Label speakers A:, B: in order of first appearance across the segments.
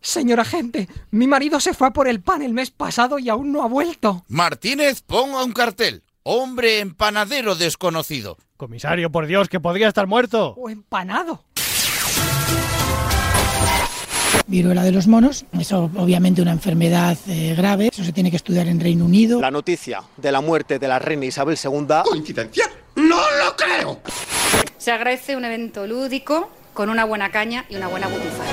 A: Señor agente, mi marido se fue a por el pan el mes pasado y aún no ha vuelto.
B: Martínez, ponga un cartel. Hombre empanadero desconocido.
C: Comisario, por Dios, que podría estar muerto.
A: O empanado.
D: viruela de los monos. Eso obviamente una enfermedad eh, grave, eso se tiene que estudiar en Reino Unido.
E: La noticia de la muerte de la reina Isabel II.
F: ¿Coincidencia? ¡No lo creo!
G: Se agradece un evento lúdico con una buena caña y una buena butifarra.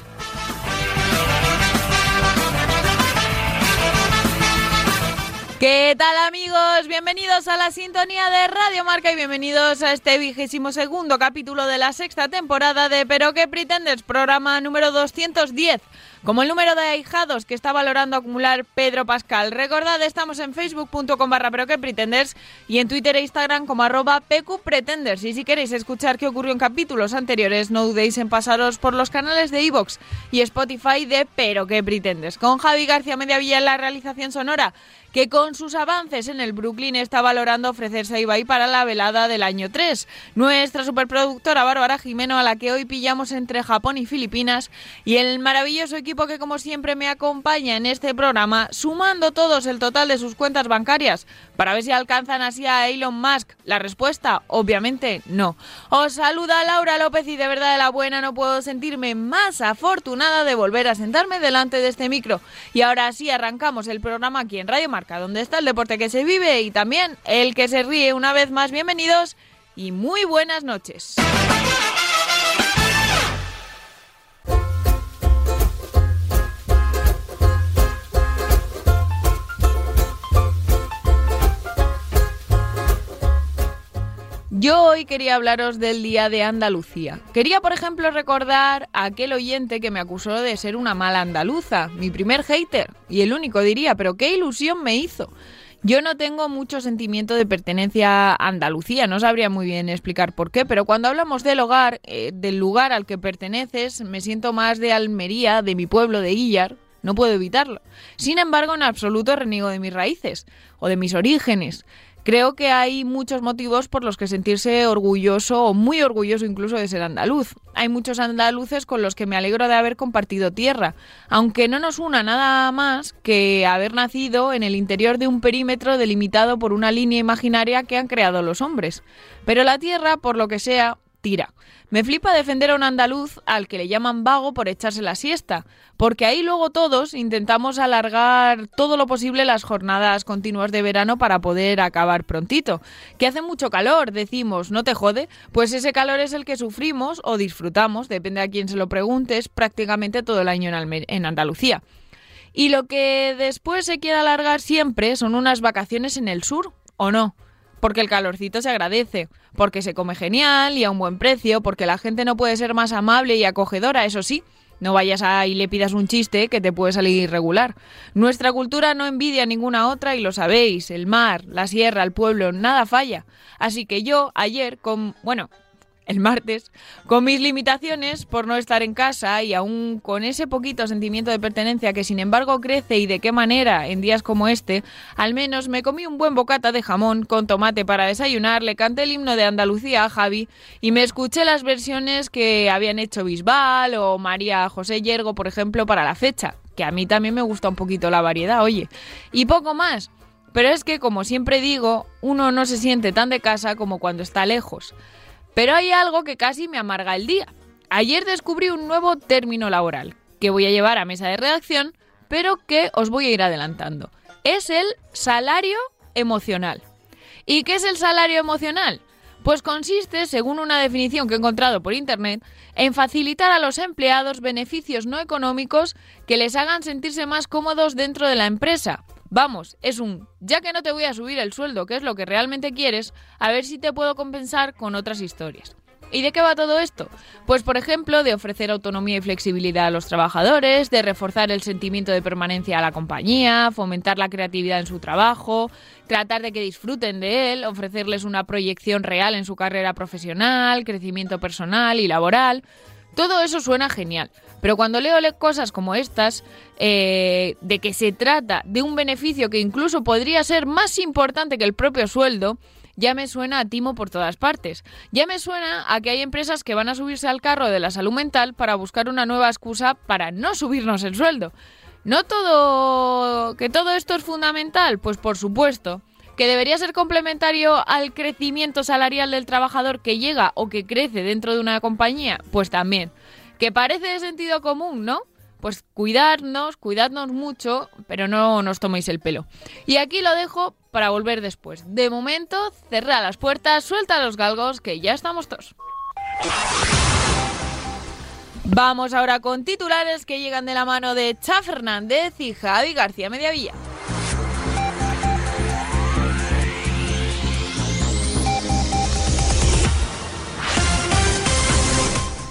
H: ¿Qué tal amigos? Bienvenidos a la sintonía de Radio Marca y bienvenidos a este vigésimo segundo capítulo de la sexta temporada de Pero qué pretendes, programa número 210. Como el número de ahijados que está valorando acumular Pedro Pascal. Recordad, estamos en facebook.com barra pero qué pretendes y en Twitter e Instagram como arroba pqpretenders. Y si queréis escuchar qué ocurrió en capítulos anteriores, no dudéis en pasaros por los canales de iVoox y Spotify de Pero qué pretendes. Con Javi García Mediavilla en la realización sonora que con sus avances en el Brooklyn está valorando ofrecerse a Ibai para la velada del año 3. Nuestra superproductora Bárbara Jimeno, a la que hoy pillamos entre Japón y Filipinas, y el maravilloso equipo que como siempre me acompaña en este programa, sumando todos el total de sus cuentas bancarias, para ver si alcanzan así a Elon Musk. La respuesta, obviamente, no. Os saluda Laura López y de verdad de la buena no puedo sentirme más afortunada de volver a sentarme delante de este micro. Y ahora sí arrancamos el programa aquí en Radio Mar donde está el deporte que se vive y también el que se ríe. Una vez más, bienvenidos y muy buenas noches. Yo hoy quería hablaros del Día de Andalucía. Quería, por ejemplo, recordar a aquel oyente que me acusó de ser una mala andaluza, mi primer hater, y el único diría, pero qué ilusión me hizo. Yo no tengo mucho sentimiento de pertenencia a Andalucía, no sabría muy bien explicar por qué, pero cuando hablamos del hogar, eh, del lugar al que perteneces, me siento más de Almería, de mi pueblo de Guillar, no puedo evitarlo. Sin embargo, en absoluto reniego de mis raíces o de mis orígenes. Creo que hay muchos motivos por los que sentirse orgulloso o muy orgulloso incluso de ser andaluz. Hay muchos andaluces con los que me alegro de haber compartido tierra, aunque no nos una nada más que haber nacido en el interior de un perímetro delimitado por una línea imaginaria que han creado los hombres. Pero la tierra, por lo que sea, tira. Me flipa defender a un andaluz al que le llaman vago por echarse la siesta, porque ahí luego todos intentamos alargar todo lo posible las jornadas continuas de verano para poder acabar prontito. Que hace mucho calor, decimos, no te jode, pues ese calor es el que sufrimos o disfrutamos, depende a quién se lo preguntes, prácticamente todo el año en, Alme en Andalucía. Y lo que después se quiere alargar siempre son unas vacaciones en el sur, ¿o no? porque el calorcito se agradece, porque se come genial y a un buen precio, porque la gente no puede ser más amable y acogedora, eso sí. No vayas ahí y le pidas un chiste que te puede salir irregular. Nuestra cultura no envidia a ninguna otra y lo sabéis. El mar, la sierra, el pueblo, nada falla. Así que yo ayer, con, bueno, el martes, con mis limitaciones por no estar en casa y aún con ese poquito sentimiento de pertenencia que sin embargo crece y de qué manera en días como este, al menos me comí un buen bocata de jamón con tomate para desayunar, le canté el himno de Andalucía a Javi y me escuché las versiones que habían hecho Bisbal o María José Yergo, por ejemplo, para la fecha, que a mí también me gusta un poquito la variedad, oye, y poco más. Pero es que, como siempre digo, uno no se siente tan de casa como cuando está lejos. Pero hay algo que casi me amarga el día. Ayer descubrí un nuevo término laboral que voy a llevar a mesa de redacción, pero que os voy a ir adelantando. Es el salario emocional. ¿Y qué es el salario emocional? Pues consiste, según una definición que he encontrado por Internet, en facilitar a los empleados beneficios no económicos que les hagan sentirse más cómodos dentro de la empresa, Vamos, es un, ya que no te voy a subir el sueldo, que es lo que realmente quieres, a ver si te puedo compensar con otras historias. ¿Y de qué va todo esto? Pues, por ejemplo, de ofrecer autonomía y flexibilidad a los trabajadores, de reforzar el sentimiento de permanencia a la compañía, fomentar la creatividad en su trabajo, tratar de que disfruten de él, ofrecerles una proyección real en su carrera profesional, crecimiento personal y laboral. Todo eso suena genial, pero cuando leo le- cosas como estas, eh, de que se trata de un beneficio que incluso podría ser más importante que el propio sueldo, ya me suena a timo por todas partes. Ya me suena a que hay empresas que van a subirse al carro de la salud mental para buscar una nueva excusa para no subirnos el sueldo. ¿No todo... que todo esto es fundamental? Pues por supuesto. ¿Que debería ser complementario al crecimiento salarial del trabajador que llega o que crece dentro de una compañía? Pues también. ¿Que parece de sentido común, no? Pues cuidarnos, cuidadnos mucho, pero no nos toméis el pelo. Y aquí lo dejo para volver después. De momento, cerra las puertas, suelta los galgos, que ya estamos todos. Vamos ahora con titulares que llegan de la mano de Cha Fernández y Javi García Mediavilla.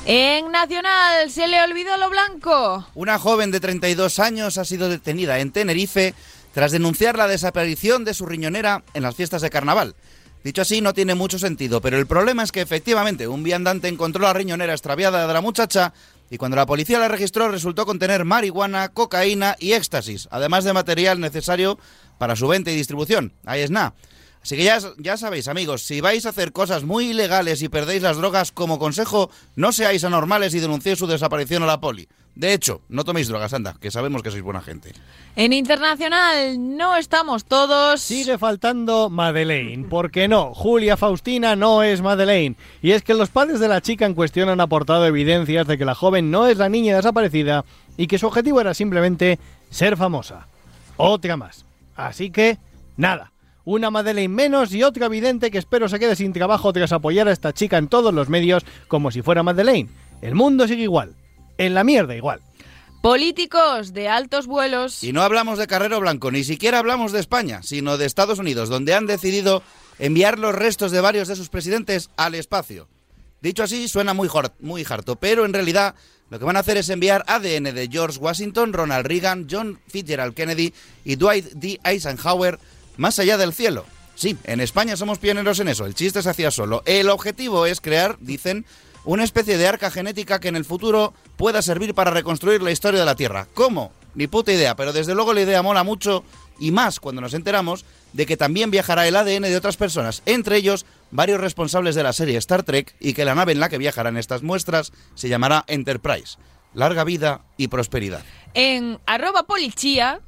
H: En Nacional se le olvidó lo blanco.
B: Una joven de 32 años ha sido detenida en Tenerife tras denunciar la desaparición de su riñonera en las fiestas de carnaval. Dicho así, no tiene mucho sentido, pero el problema es que efectivamente un viandante encontró la riñonera extraviada de la muchacha y cuando la policía la registró resultó contener marihuana, cocaína y éxtasis, además de material necesario para su venta y distribución. Ahí es nada. Así que ya, ya sabéis, amigos, si vais a hacer cosas muy ilegales y perdéis las drogas, como consejo, no seáis anormales y denunciéis su desaparición a la poli. De hecho, no toméis drogas, anda, que sabemos que sois buena gente.
H: En Internacional no estamos todos.
C: Sigue faltando Madeleine, porque no, Julia Faustina no es Madeleine. Y es que los padres de la chica en cuestión han aportado evidencias de que la joven no es la niña desaparecida y que su objetivo era simplemente ser famosa. Otra más. Así que, nada. Una Madeleine menos y otra evidente que espero se quede sin trabajo tras apoyar a esta chica en todos los medios como si fuera Madeleine. El mundo sigue igual. En la mierda igual.
H: Políticos de altos vuelos.
B: Y no hablamos de Carrero Blanco, ni siquiera hablamos de España, sino de Estados Unidos, donde han decidido enviar los restos de varios de sus presidentes al espacio. Dicho así, suena muy, jor- muy harto, pero en realidad lo que van a hacer es enviar ADN de George Washington, Ronald Reagan, John Fitzgerald Kennedy y Dwight D. Eisenhower más allá del cielo. Sí, en España somos pioneros en eso, el chiste se hacía solo. El objetivo es crear, dicen, una especie de arca genética que en el futuro pueda servir para reconstruir la historia de la Tierra. ¿Cómo? Ni puta idea, pero desde luego la idea mola mucho y más cuando nos enteramos de que también viajará el ADN de otras personas, entre ellos varios responsables de la serie Star Trek y que la nave en la que viajarán estas muestras se llamará Enterprise. Larga vida y prosperidad.
H: En arroba polichía,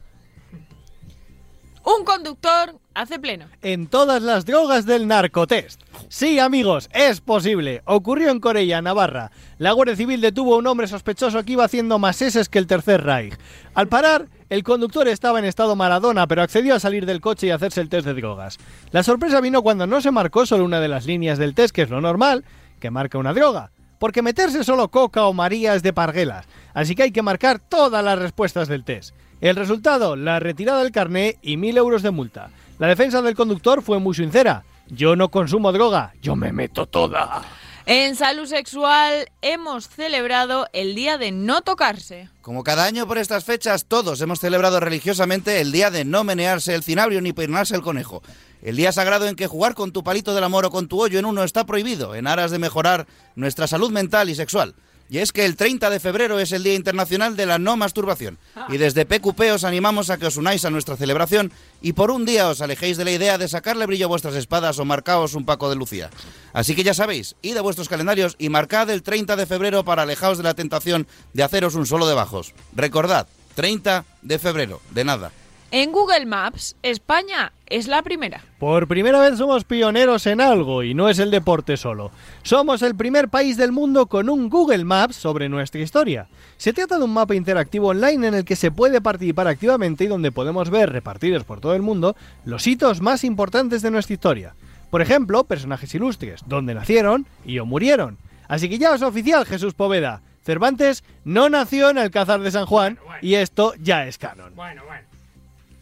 H: un conductor hace pleno.
C: en todas las drogas del narcotest. Sí, amigos, es posible. Ocurrió en Corella, Navarra. La Guardia Civil detuvo a un hombre sospechoso que iba haciendo más eses que el Tercer Reich. Al parar, el conductor estaba en estado maradona, pero accedió a salir del coche y hacerse el test de drogas. La sorpresa vino cuando no se marcó solo una de las líneas del test, que es lo normal, que marca una droga. Porque meterse solo coca o maría es de parguelas, así que hay que marcar todas las respuestas del test. El resultado, la retirada del carné y mil euros de multa. La defensa del conductor fue muy sincera. Yo no consumo droga, yo me meto toda.
H: En salud sexual hemos celebrado el día de no tocarse.
B: Como cada año por estas fechas, todos hemos celebrado religiosamente el día de no menearse el cinabrio ni peinarse el conejo. El día sagrado en que jugar con tu palito del amor o con tu hoyo en uno está prohibido, en aras de mejorar nuestra salud mental y sexual. Y es que el 30 de febrero es el Día Internacional de la No Masturbación. Y desde PQP os animamos a que os unáis a nuestra celebración y por un día os alejéis de la idea de sacarle brillo a vuestras espadas o marcaos un Paco de Lucía. Así que ya sabéis, id a vuestros calendarios y marcad el 30 de febrero para alejaos de la tentación de haceros un solo de bajos. Recordad, 30 de febrero, de nada.
H: En Google Maps, España es la primera.
C: Por primera vez somos pioneros en algo y no es el deporte solo. Somos el primer país del mundo con un Google Maps sobre nuestra historia. Se trata de un mapa interactivo online en el que se puede participar activamente y donde podemos ver, repartidos por todo el mundo, los hitos más importantes de nuestra historia. Por ejemplo, personajes ilustres, donde nacieron y o murieron. Así que ya es oficial, Jesús Poveda. Cervantes no nació en Alcázar de San Juan y esto ya es canon.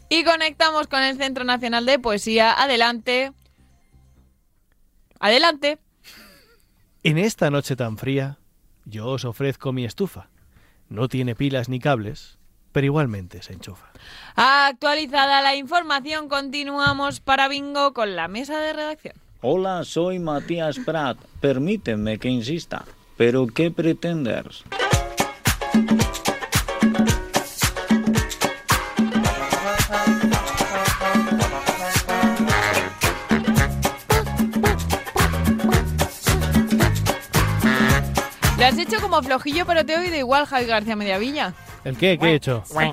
H: Y conectamos con el Centro Nacional de Poesía. Adelante. Adelante.
C: En esta noche tan fría, yo os ofrezco mi estufa. No tiene pilas ni cables, pero igualmente se enchufa.
G: Actualizada la información, continuamos para Bingo con la mesa de redacción.
E: Hola, soy Matías Prat. Permíteme que insista. ¿Pero qué pretendes?
G: Lo has hecho como flojillo, pero te he oído igual, Javi García Mediavilla.
C: ¿El qué? ¿Qué he hecho? Eh,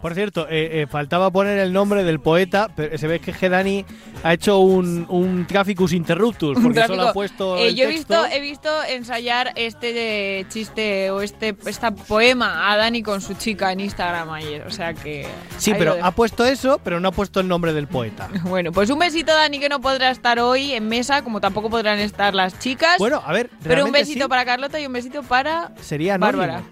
C: Por cierto, eh, eh, faltaba poner el nombre del poeta, pero se ve que Gedani ha hecho un, un Trafficus Interruptus, porque
G: Tráfico.
C: solo ha puesto.
G: Eh,
C: el
G: yo he
C: texto.
G: visto, he visto ensayar este de chiste o este esta poema a Dani con su chica en Instagram ayer. O sea que.
C: Sí,
G: ahí
C: pero
G: lo dejo.
C: ha puesto eso, pero no ha puesto el nombre del poeta.
G: Bueno, pues un besito, Dani, que no podrá estar hoy en mesa, como tampoco podrán estar las chicas.
C: Bueno, a ver,
G: Pero un
C: realmente
G: besito
C: sí,
G: para Carlota y un besito para
C: Sería anónimo.
G: Bárbara.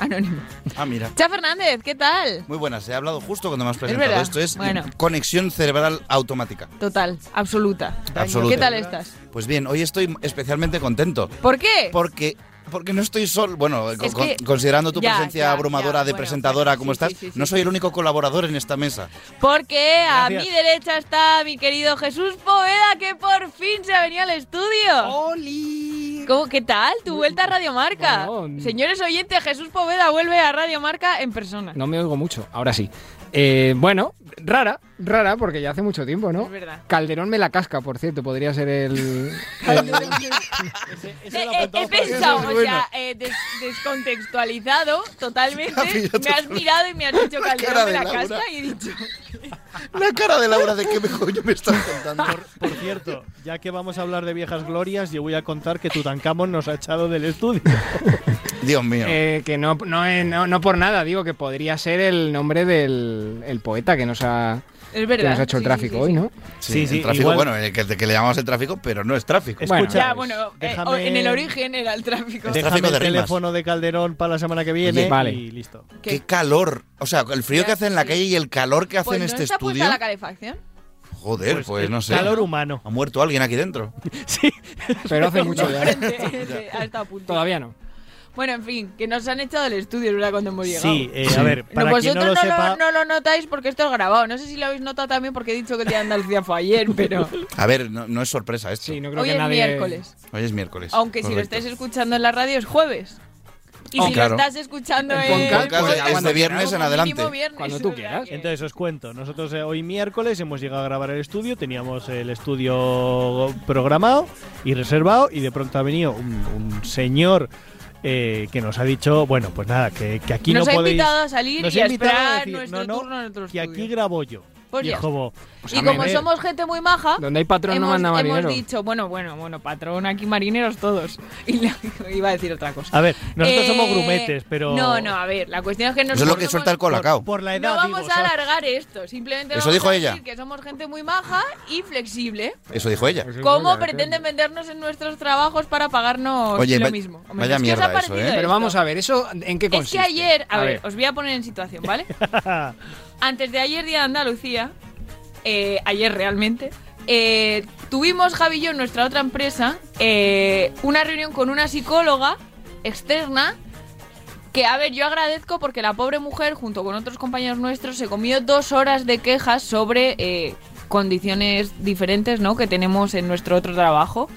G: Anónimo.
B: Ah, mira.
G: Cha Fernández, ¿qué tal?
B: Muy buenas, he hablado justo cuando me has presentado.
G: verdad.
B: Esto es
G: Bueno.
B: conexión cerebral automática.
G: Total, absoluta.
B: Absoluta.
G: ¿Qué tal estás?
B: Pues bien, hoy estoy especialmente contento.
G: ¿Por qué?
B: Porque, porque no estoy solo. Bueno,
G: Es
B: con-
G: que-
B: considerando tu
G: ya,
B: presencia
G: ya,
B: abrumadora
G: ya,
B: de
G: bueno,
B: presentadora
G: bueno,
B: como
G: sí,
B: estás,
G: sí, sí, sí,
B: no soy el único colaborador en esta mesa.
G: Porque a
B: Gracias.
G: mi derecha está mi querido Jesús Poveda, que por fin se ha venido al estudio.
H: ¡Oli!
G: ¿Cómo, ¿Qué tal? ¿Tu vuelta a Radio Marca?
H: Bueno.
G: Señores oyentes, Jesús Poveda vuelve a Radio Marca en persona.
H: No me oigo mucho, ahora sí. Eh, bueno, rara, rara, porque ya hace mucho tiempo, ¿no?
G: Es verdad.
H: Calderón me la casca, por cierto, podría ser el.
G: Eh, eh, he pensado, o sea, eh, des- descontextualizado totalmente. Me has mirado y me has dicho
B: La cara
G: Calderón de
B: de
G: la
B: Laura.
G: casca y he dicho...
B: La cara de Laura de qué me coño me estás contando.
C: Por cierto, ya que vamos a hablar de viejas glorias, yo voy a contar que Tutankamón nos ha echado del estudio.
B: Dios mío.
H: Eh, que no, no, eh, no, no por nada, digo que podría ser el nombre del el poeta que nos ha,
G: Es
H: que
G: verdad.
H: nos ha hecho el tráfico hoy, ¿no?
B: Sí, el tráfico, bueno, eh. el que, que le llamamos el tráfico, pero no es tráfico.
H: Bueno. Escucha,
G: Ya, bueno, eh,
C: Déjame-
G: o- en el origen era el tráfico.
B: Es
C: Déjame
B: tráfico
C: el
B: de rimas.
C: teléfono de Calderón para la semana que viene
B: Oye, vale.
C: y listo.
B: qué calor. O sea, el frío que hace en la calle y el calor que hace
G: Pues
B: en
G: no
B: este
G: está puesta
B: estudio.
G: la calefacción.
B: Joder, pues, no sé.
C: eh, calor humano.
B: Ha muerto alguien aquí dentro.
H: Pero hace mucho ya. ¿eh?
G: Sí, ha estado a punto.
H: Todavía no.
G: Bueno, en fin, que nos han echado del estudio, es ¿verdad? Cuando hemos llegado.
C: Sí, eh, a ver,
G: No,
C: para quien no
G: vosotros
C: lo sepa,
G: no lo notáis porque esto es grabado. No sé si lo habéis notado también porque he dicho que el día de Andalucía fue ayer, pero
B: A ver, no, no es sorpresa esto.
H: Sí, no creo
G: hoy
H: que
G: es
H: nadie.
G: miércoles.
B: Hoy es miércoles.
G: Aunque si lo
B: Correcto.
G: estáis escuchando en la radio es jueves. Y
B: Oh,
G: si
B: claro.
G: lo estás escuchando
H: El
G: en
H: podcast,
B: pues,
G: podcast,
B: desde viernes
G: como
B: en
G: mínimo
B: adelante.
G: viernes,
H: Cuando
G: es
H: tú
G: verdad
H: quieras.
G: que-
C: Entonces os cuento, nosotros eh, hoy miércoles hemos llegado a grabar el estudio, teníamos el estudio programado y reservado y de pronto ha venido un, un señor eh, que nos ha dicho, bueno, pues nada, que, que aquí
G: nos
C: no
G: ha
C: podéis...
G: invitado a salir
C: nos
G: y
C: ha
G: a
C: invitado a
G: esperar
C: decir,
G: nuestro
C: no, no,
G: turno en otro
C: que
G: estudio.
C: aquí grabo yo.
G: Pues
C: y es
G: ya
C: como,
H: Pues,
G: y
H: amén.
G: como somos gente muy maja,
H: Donde hay patrón no
G: hemos,
H: manda
G: hemos
H: marinero.
G: dicho, bueno, bueno, bueno, patrón, aquí marineros todos. Y la- iba a decir otra cosa.
C: a ver, nosotros
G: Eh,
C: somos grumetes, pero...
G: No, no, a ver, la cuestión es que
B: Eso
G: nosotros
B: es lo que
G: somos-
B: suelta el colacao.
C: Por, por la edad,
G: No vamos
C: digo,
G: a
C: ¿sabes?
G: alargar esto, simplemente
B: Eso
G: vamos
B: dijo
G: a
B: ella.
G: decir que somos gente muy maja y flexible.
B: Eso dijo ella.
G: ¿Cómo pretenden vendernos en nuestros trabajos para pagarnos
B: Oye,
G: lo
B: va-
G: mismo?
B: vaya
G: O menos. ¿Qué os ha
B: mierda eso,
G: parecido
B: ¿eh?
G: esto?
H: Pero vamos a ver, ¿eso en qué
G: Es
H: consiste?
G: que ayer, a, ver, os voy a poner en situación, ¿vale? Antes de ayer, Día de Andalucía, eh, ayer realmente, eh, tuvimos Javi y yo en nuestra otra empresa eh, una reunión con una psicóloga externa que, a ver, yo agradezco porque la pobre mujer, junto con otros compañeros nuestros, se comió dos horas de quejas sobre eh, condiciones diferentes ¿no? que tenemos en nuestro otro trabajo.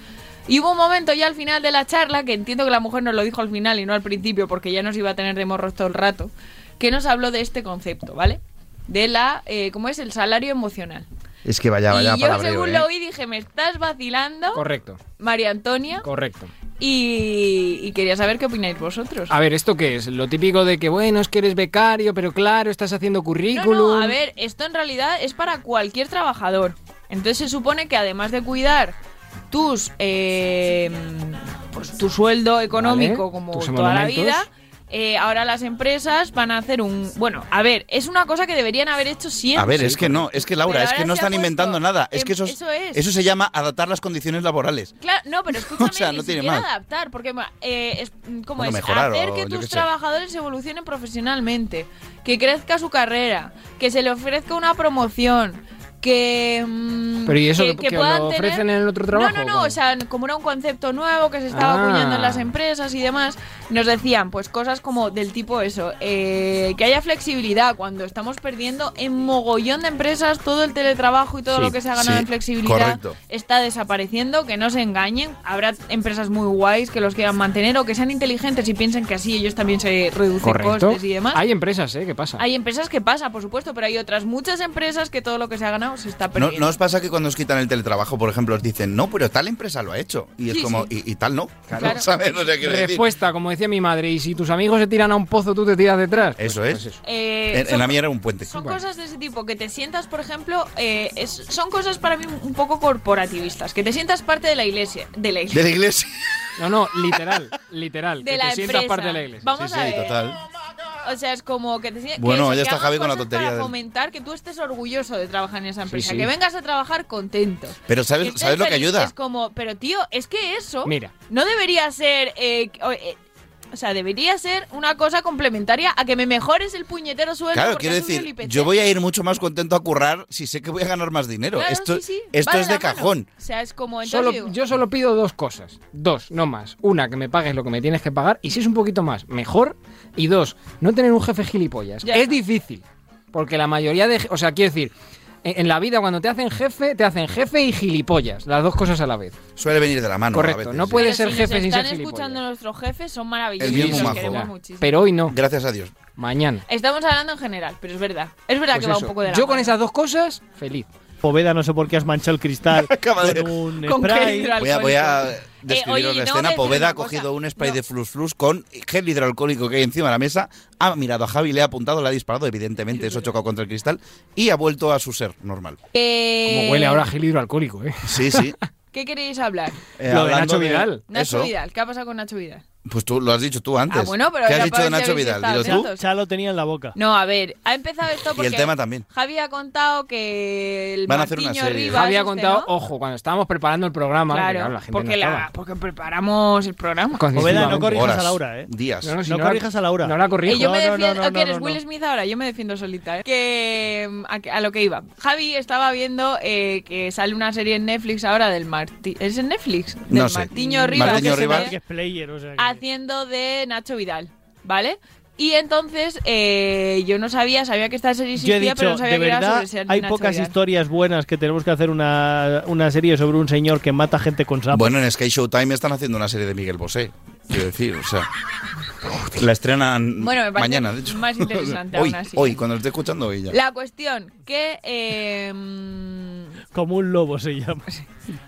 G: Y hubo un momento ya al final de la charla, que entiendo que la mujer nos lo dijo al final y no al principio, porque ya nos iba a tener de morros todo el rato, que nos habló de este concepto, ¿vale? De la, eh, ¿cómo es? El salario emocional.
B: Es que vaya, vaya
G: y yo
B: palabreo,
G: según
B: ¿eh?
G: lo oí dije, me estás vacilando,
H: Correcto,
G: María Antonia,
H: correcto.
G: y, y quería saber qué opináis vosotros.
H: A ver, ¿esto qué es? Lo típico de que, bueno, es que eres becario, pero claro, estás haciendo
G: No,
H: currículum.
G: no, a ver, esto en realidad es para cualquier trabajador. Entonces se supone que además de cuidar tus eh, pues, tu sueldo económico
H: Vale,
G: como
H: tus
G: toda la
H: emolumentos.
G: vida, eh, ahora las empresas van a hacer un bueno, a ver, es una cosa que deberían haber hecho siempre.
B: A ver, es que no, es que Laura,
G: Pero
B: es que
G: ahora
B: no
G: se ha
B: están inventando
G: puesto-
B: nada. Es
G: em,
B: que eso, es-
G: eso es.
B: eso se llama adaptar las condiciones laborales.
G: Claro, no, pero escúchame,
B: O sea, no
G: ni
B: tiene
G: siquiera
B: más.
G: adaptar, porque eh, es, como
B: Bueno,
G: es
B: mejorar
G: hacer
B: o
G: que
B: yo qué
G: tus
B: sé.
G: trabajadores evolucionen profesionalmente, que crezca su carrera, que se le ofrezca una promoción, que. mm,
H: Pero ¿y eso
G: que,
H: que- que lo ofrecen en el otro trabajo,
G: No, no,
H: o
G: no.
H: cómo?
G: O sea, como era un concepto nuevo que se estaba
H: Ah.
G: acuñando en las empresas y demás, nos decían pues cosas como del tipo eso, eh, que haya flexibilidad cuando estamos perdiendo en mogollón de empresas todo el teletrabajo y todo
B: Sí,
G: lo que se ha ganado
B: sí,
G: en flexibilidad
B: correcto.
G: está desapareciendo, que no se engañen. Habrá empresas muy guays que los quieran mantener o que sean inteligentes y piensen que así ellos también se reducen
H: Correcto.
G: costes y demás.
H: Hay empresas, ¿eh? ¿Qué pasa?
G: Hay empresas que pasa, por supuesto, pero hay otras muchas empresas que todo lo que se ha ganado se está
B: ¿No,
G: perdiendo.
B: ¿No os pasa que cuando os quitan el teletrabajo, por ejemplo, os dicen, no, pero tal empresa lo ha hecho? Y es
G: Sí,
B: como,
G: sí.
B: y, y tal no.
G: Claro.
B: ¿Sabes? O sea, quiero decir,
H: Respuesta, como decía mi madre, y si tus amigos se tiran a un pozo, tú te tiras detrás.
B: Eso
H: Pues-
B: es.
H: pues
G: Eh,
B: en, en
G: son-
B: la mía era un puente.
G: Son cosas de ese tipo, que te sientas, por ejemplo, eh, es- son cosas para mí un poco corporativistas, que te sientas parte de la iglesia. De la iglesia.
B: De la iglesia.
H: No, no, literal, literal.
G: De
H: que
G: la
H: te sientas
G: empresa.
H: parte de la iglesia.
G: Vamos
B: Sí,
G: a
B: sí,
G: ver.
B: total.
G: O sea, es como que te sientas.
B: Bueno,
G: que
B: ya
G: que
B: está
G: hagan
B: Javi con la
G: cosas
B: tontería
G: Para
B: del-
G: fomentar que tú estés orgulloso de trabajar en esa empresa,
B: sí.
G: que vengas a trabajar contento.
B: Pero ¿sabes,
G: estés
B: ¿sabes lo que
G: feliz,
B: ayuda?
G: Es como, pero tío, es que eso
B: Mira.
G: no debería ser... eh, o, eh, o sea, debería ser una cosa complementaria a que me mejores el puñetero sueldo.
B: Claro,
G: porque
B: quiero
G: has subido
B: decir,
G: el IPC.
B: yo voy a ir mucho más contento a currar si sé que voy a ganar más dinero.
G: Claro,
B: esto
G: sí, sí,
B: esto
G: va
B: es
G: la
B: de
G: mano.
B: cajón.
G: O sea, es como... Pues entonces
H: Solo-
G: digo-
H: yo solo pido dos cosas. Dos, no más. Una, que me pagues lo que me tienes que pagar. Y si es un poquito más, mejor. Y dos, no tener un jefe gilipollas.
G: Ya
H: es
G: está.
H: difícil. Porque la mayoría de... O sea, quiero decir, en, en la vida cuando te hacen jefe, te hacen jefe y gilipollas. Las dos cosas a la vez.
B: Suele venir de la mano.
H: Correcto,
B: Ah, a veces,
H: no
B: sí.
H: puede
G: Pero
H: ser
G: si
H: jefe
G: nos
H: sin ser
G: están
H: gilipollas.
G: escuchando nuestros jefes, son maravillosos.
B: El mío es muy
G: los
B: majo.
G: queremos
B: Ya.
G: muchísimo.
H: Pero hoy no.
B: Gracias a Dios.
H: Mañana.
G: Estamos hablando en general, pero es verdad. Es verdad
H: Pues
G: que va
H: eso.
G: un poco de la
H: yo con
G: mano.
H: esas dos cosas, feliz.
C: Poveda, no sé por qué has manchado el cristal
B: Acaba de-
C: con un
G: Con
C: spray.
G: qué
B: Voy a, voy a
G: Eh,
B: describiros
G: oye,
B: la
G: y tengo que
B: escena.
G: decir
B: Poveda
G: una
B: ha cogido
G: cosa.
B: un spray
G: No.
B: de flus flus con gel hidroalcohólico que hay encima de la mesa. Ha mirado a Javi, le ha apuntado, le ha disparado, evidentemente, eso ha chocado contra el cristal y ha vuelto a su ser normal.
G: Eh,
H: Como huele ahora a gel hidroalcohólico, ¿eh?
B: Sí, sí.
G: ¿Qué queréis hablar?
B: Eh,
H: Lo de
B: hablando
H: Nacho Vidal.
G: Nacho
B: eso.
G: Vidal, ¿qué ha pasado con Nacho Vidal?
B: Pues tú lo has dicho tú antes.
G: Ah, bueno, pero
B: ¿Qué has
G: ya
B: dicho de
G: parece
B: Nacho
G: que habéis
B: Vidal? Dilo
G: estado
B: tú.
G: atentos.
C: Ya lo tenía en la boca.
G: No, a ver, ha empezado esto
B: Y
G: porque
B: el tema también.
G: Javi ha contado que el
B: Van a hacer una
G: Martiño
B: serie.
G: Rivas
H: Había
G: este,
H: contado,
C: oh.
G: ¿no?
H: ojo, cuando estábamos preparando el programa, que,
G: Claro,
H: claro, la gente
G: porque,
H: no
G: la-
H: estaba.
G: Ah, porque preparamos el programa.
C: Poveda, no
H: Concisivamente.
C: corrijas
B: Horas,
C: a Laura, ¿eh?
B: días.
H: No, no, si
C: no
H: no la-
C: corrijas a Laura.
H: No la corrijo.
G: Eh, yo me
C: No, no,
G: defiendo.
C: no, no,
G: ¿o quieres
C: no, no.
G: Will Smith ahora? Yo me defiendo solita. ¿eh? Que mm, a, que- a lo que iba. Javi estaba viendo eh, que sale una serie en Netflix ahora del Marti. ¿Es en Netflix? Del
B: No sé.
G: Martiño Rivas.
B: Martiño
G: que se
B: Rivas.
G: ve
C: Que es player, o sea que-
G: Haciendo de Nacho Vidal, ¿vale? Y entonces eh, yo no sabía, sabía que esta serie
C: Yo
G: existía,
C: he dicho,
G: pero no sabía
C: de
G: que era
C: verdad,
G: sobre ser
C: hay
G: Nacho
C: pocas
G: Vidal.
C: historias buenas que tenemos que hacer una, una serie sobre un señor que mata gente con sapos.
B: Bueno, en Sky Showtime están haciendo una serie de Miguel Bosé. Quiero decir, o sea. La estrenan
G: Bueno, me parece
B: mañana, de hecho.
G: más interesante
B: hoy,
G: aún así.
B: hoy, cuando esté escuchando hoy ya.
G: La cuestión que... eh, mm,
C: Como un lobo se llama.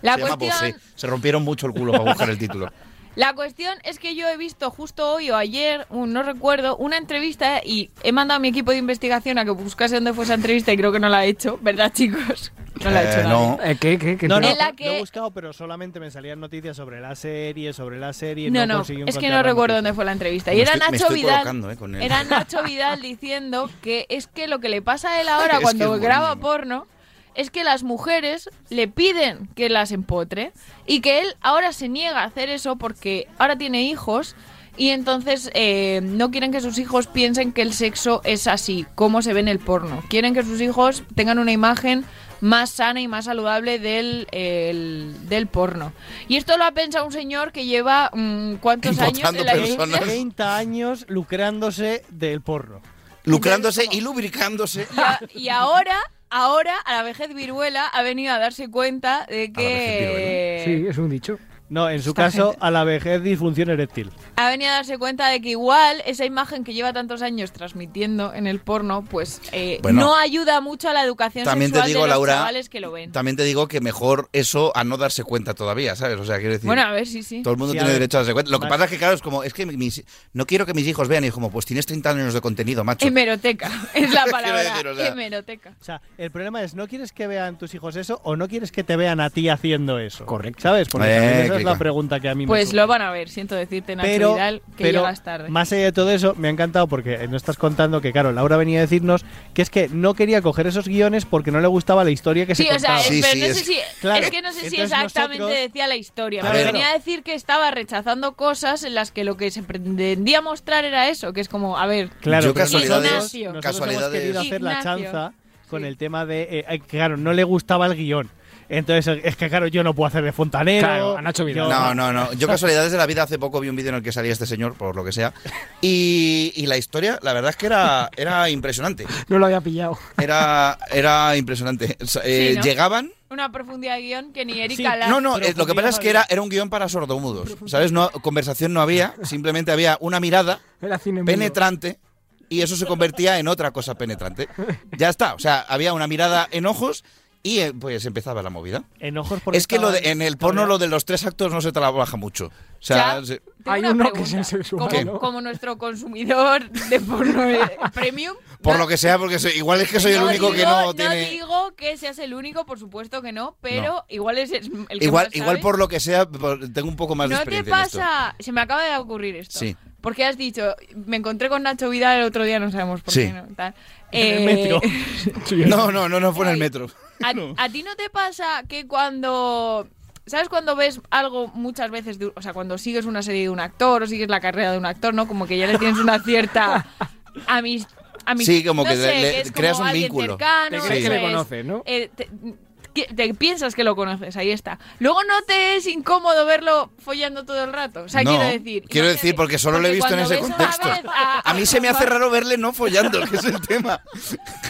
G: la
B: se llama
G: cuestión...
B: Bosé. Se rompieron mucho el culo para buscar el título.
G: La cuestión es que yo he visto justo hoy o ayer, un- no recuerdo, una entrevista y he mandado a mi equipo de investigación a que buscase dónde fue esa entrevista y creo que no la he hecho, ¿verdad chicos? No la he hecho.
B: Eh,
G: nadie.
B: no.
H: Eh, ¿qué, qué, qué?
C: No, no,
G: En la
C: lo
G: que-
C: he buscado, pero solamente me salían noticias sobre la serie, sobre la serie. No,
G: No, no,
C: conseguí
G: es que
C: encontrar
G: no
C: la
G: recuerdo
C: noticia.
G: dónde fue la entrevista. Y
B: Me
G: era
B: estoy- me
G: Nacho
B: estoy
G: Vidal.
B: colocando, eh, con él.
G: Era Nacho Vidal diciendo que es que lo que le pasa a él ahora
B: Es que es
G: cuando
B: muy
G: graba
B: bueno.
G: porno es que las mujeres le piden que las empotre y que él ahora se niega a hacer eso porque ahora tiene hijos y entonces eh, no quieren que sus hijos piensen que el sexo es así, como se ve en el porno. Quieren que sus hijos tengan una imagen más sana y más saludable del, el- del porno. Y esto lo ha pensado un señor que lleva mm, cuántos años
B: Votando
G: en la
B: personas.
G: industria?
C: 30 años lucrándose del porno.
B: Lucrándose y lubricándose.
G: Y, a- y ahora, ahora, a la vejez viruela ha venido a darse cuenta de
B: A la vejez
G: que.
H: Sí, es un dicho.
C: No, en su
G: Esta
C: caso,
G: gente.
C: a la vejez disfunción eréctil.
G: Ha venido a darse cuenta de que igual esa imagen que lleva tantos años transmitiendo en el porno, pues eh,
B: Bueno,
G: no ayuda mucho a la educación
B: También te
G: sexual
B: digo,
G: de los
B: Laura.
G: chavales que lo ven.
B: También te digo que mejor eso a no darse cuenta todavía, ¿sabes? O sea, quiero decir.
G: Bueno, a ver, sí, sí.
B: Todo el mundo
C: Sí, a
B: tiene
C: ver.
B: derecho a darse cuenta. Lo que
C: Vale.
B: pasa es que, claro, es como, es que mis- no quiero que mis hijos vean y es como, pues tienes 30 años de contenido, macho.
G: Hemeroteca, es la
B: Quiero
G: palabra.
B: decir, o sea-
G: Hemeroteca.
C: O sea, el problema es, ¿no quieres que vean tus hijos eso o no quieres que te vean a ti haciendo eso?
H: Correcto.
C: ¿Sabes? Porque
B: Eh,
C: también esa es
B: clica.
C: la pregunta que a mí me
G: Pues
C: surge.
G: lo van a ver, siento decirte, Nacho
C: pero,
G: Vidal, que
C: pero
G: llegas tarde.
C: más allá de todo eso, me ha encantado porque no estás contando que, claro, Laura venía a decirnos que es que no quería coger esos guiones porque no le gustaba la historia que
G: Sí,
C: se
G: o sea,
C: contaba.
G: es-
B: Sí,
G: pero
B: sí,
G: no
B: es-
G: sé si,
C: Claro.
G: es que no sé si
C: Entonces
G: exactamente
C: nosotros-
G: decía la historia,
B: A
G: pero
B: ver.
G: venía a decir que estaba rechazando cosas en las que lo que se pretendía mostrar era eso, que es como, a ver,
C: Claro,
B: Yo
C: pero
B: casualidades-
C: nosotros- nosotros hemos
B: casualidades-
C: querido hacer la
G: Ignacio.
C: chanza con el tema de. eh, eh, claro, no le gustaba el guión. Entonces, es que claro, yo no puedo hacer de fontanero. yo-
B: No, no, no. Yo casualidades de la vida hace poco vi un vídeo en el que salía este señor, por lo que sea. Y, y la historia, la verdad es que era, era impresionante.
H: No lo había pillado.
B: Era, era impresionante. O sea, eh,
I: ¿no?
B: Llegaban.
I: Una profundidad de guión que ni Erika la...
B: No, no, eh, lo que pasa es que era, era un guión para sordomudos. ¿Sabes? No, conversación no había, simplemente había una mirada
H: Era cine mudo.
B: penetrante y eso se convertía en otra cosa penetrante. Ya está, o sea, había una mirada en ojos y eh, pues empezaba la movida.
C: Enojos porque
B: Es que lo de-
C: estaban-
B: en el porno lo de los tres actos no se trabaja mucho. O sea, se-
I: Tengo una pregunta.
B: ¿Qué?
I: Como, como nuestro consumidor de porno eh, premium.
B: Por lo que sea, porque soy- igual es que soy el único que no,
I: digo-
B: tiene.
I: digo que seas el único, por supuesto que no, pero
B: No.
I: igual es el que
B: igual,
I: más sabe.
B: igual por lo que sea, por- tengo un poco más de
I: ¿No te
B: experiencia.
I: pasa? Se me acaba de ocurrir esto.
B: En esto. Sí.
I: Porque has dicho, me encontré con Nacho Vidal el otro día, no sabemos por
B: Sí.
I: qué. ¿no? Tal.
B: En el
I: Eh,
B: metro. No, no, no, no fue en el metro.
I: ¿A, a ti no te pasa que cuando... ¿Sabes cuando ves algo muchas veces? de- o sea, cuando sigues una serie de un actor o sigues la carrera de un actor, ¿no? Como que ya le tienes una cierta amis- amis-
B: Sí, como
I: no
B: que
I: sé,
B: le- le-
I: es
B: creas
I: como
B: un
I: alguien
B: vínculo.
I: cercano,
B: Te crees que le
I: eso es.
B: conoces, ¿no?
I: Eh, te, que- te piensas que lo conoces, ahí está. Luego no te es incómodo verlo follando todo el rato. O sea,
B: No,
I: quiero decir.
B: Quiero decir, porque solo lo he visto en
I: cuando
B: ese
I: ves una
B: contexto.
I: vez
B: A mí se me hace raro verle no follando, que es el tema.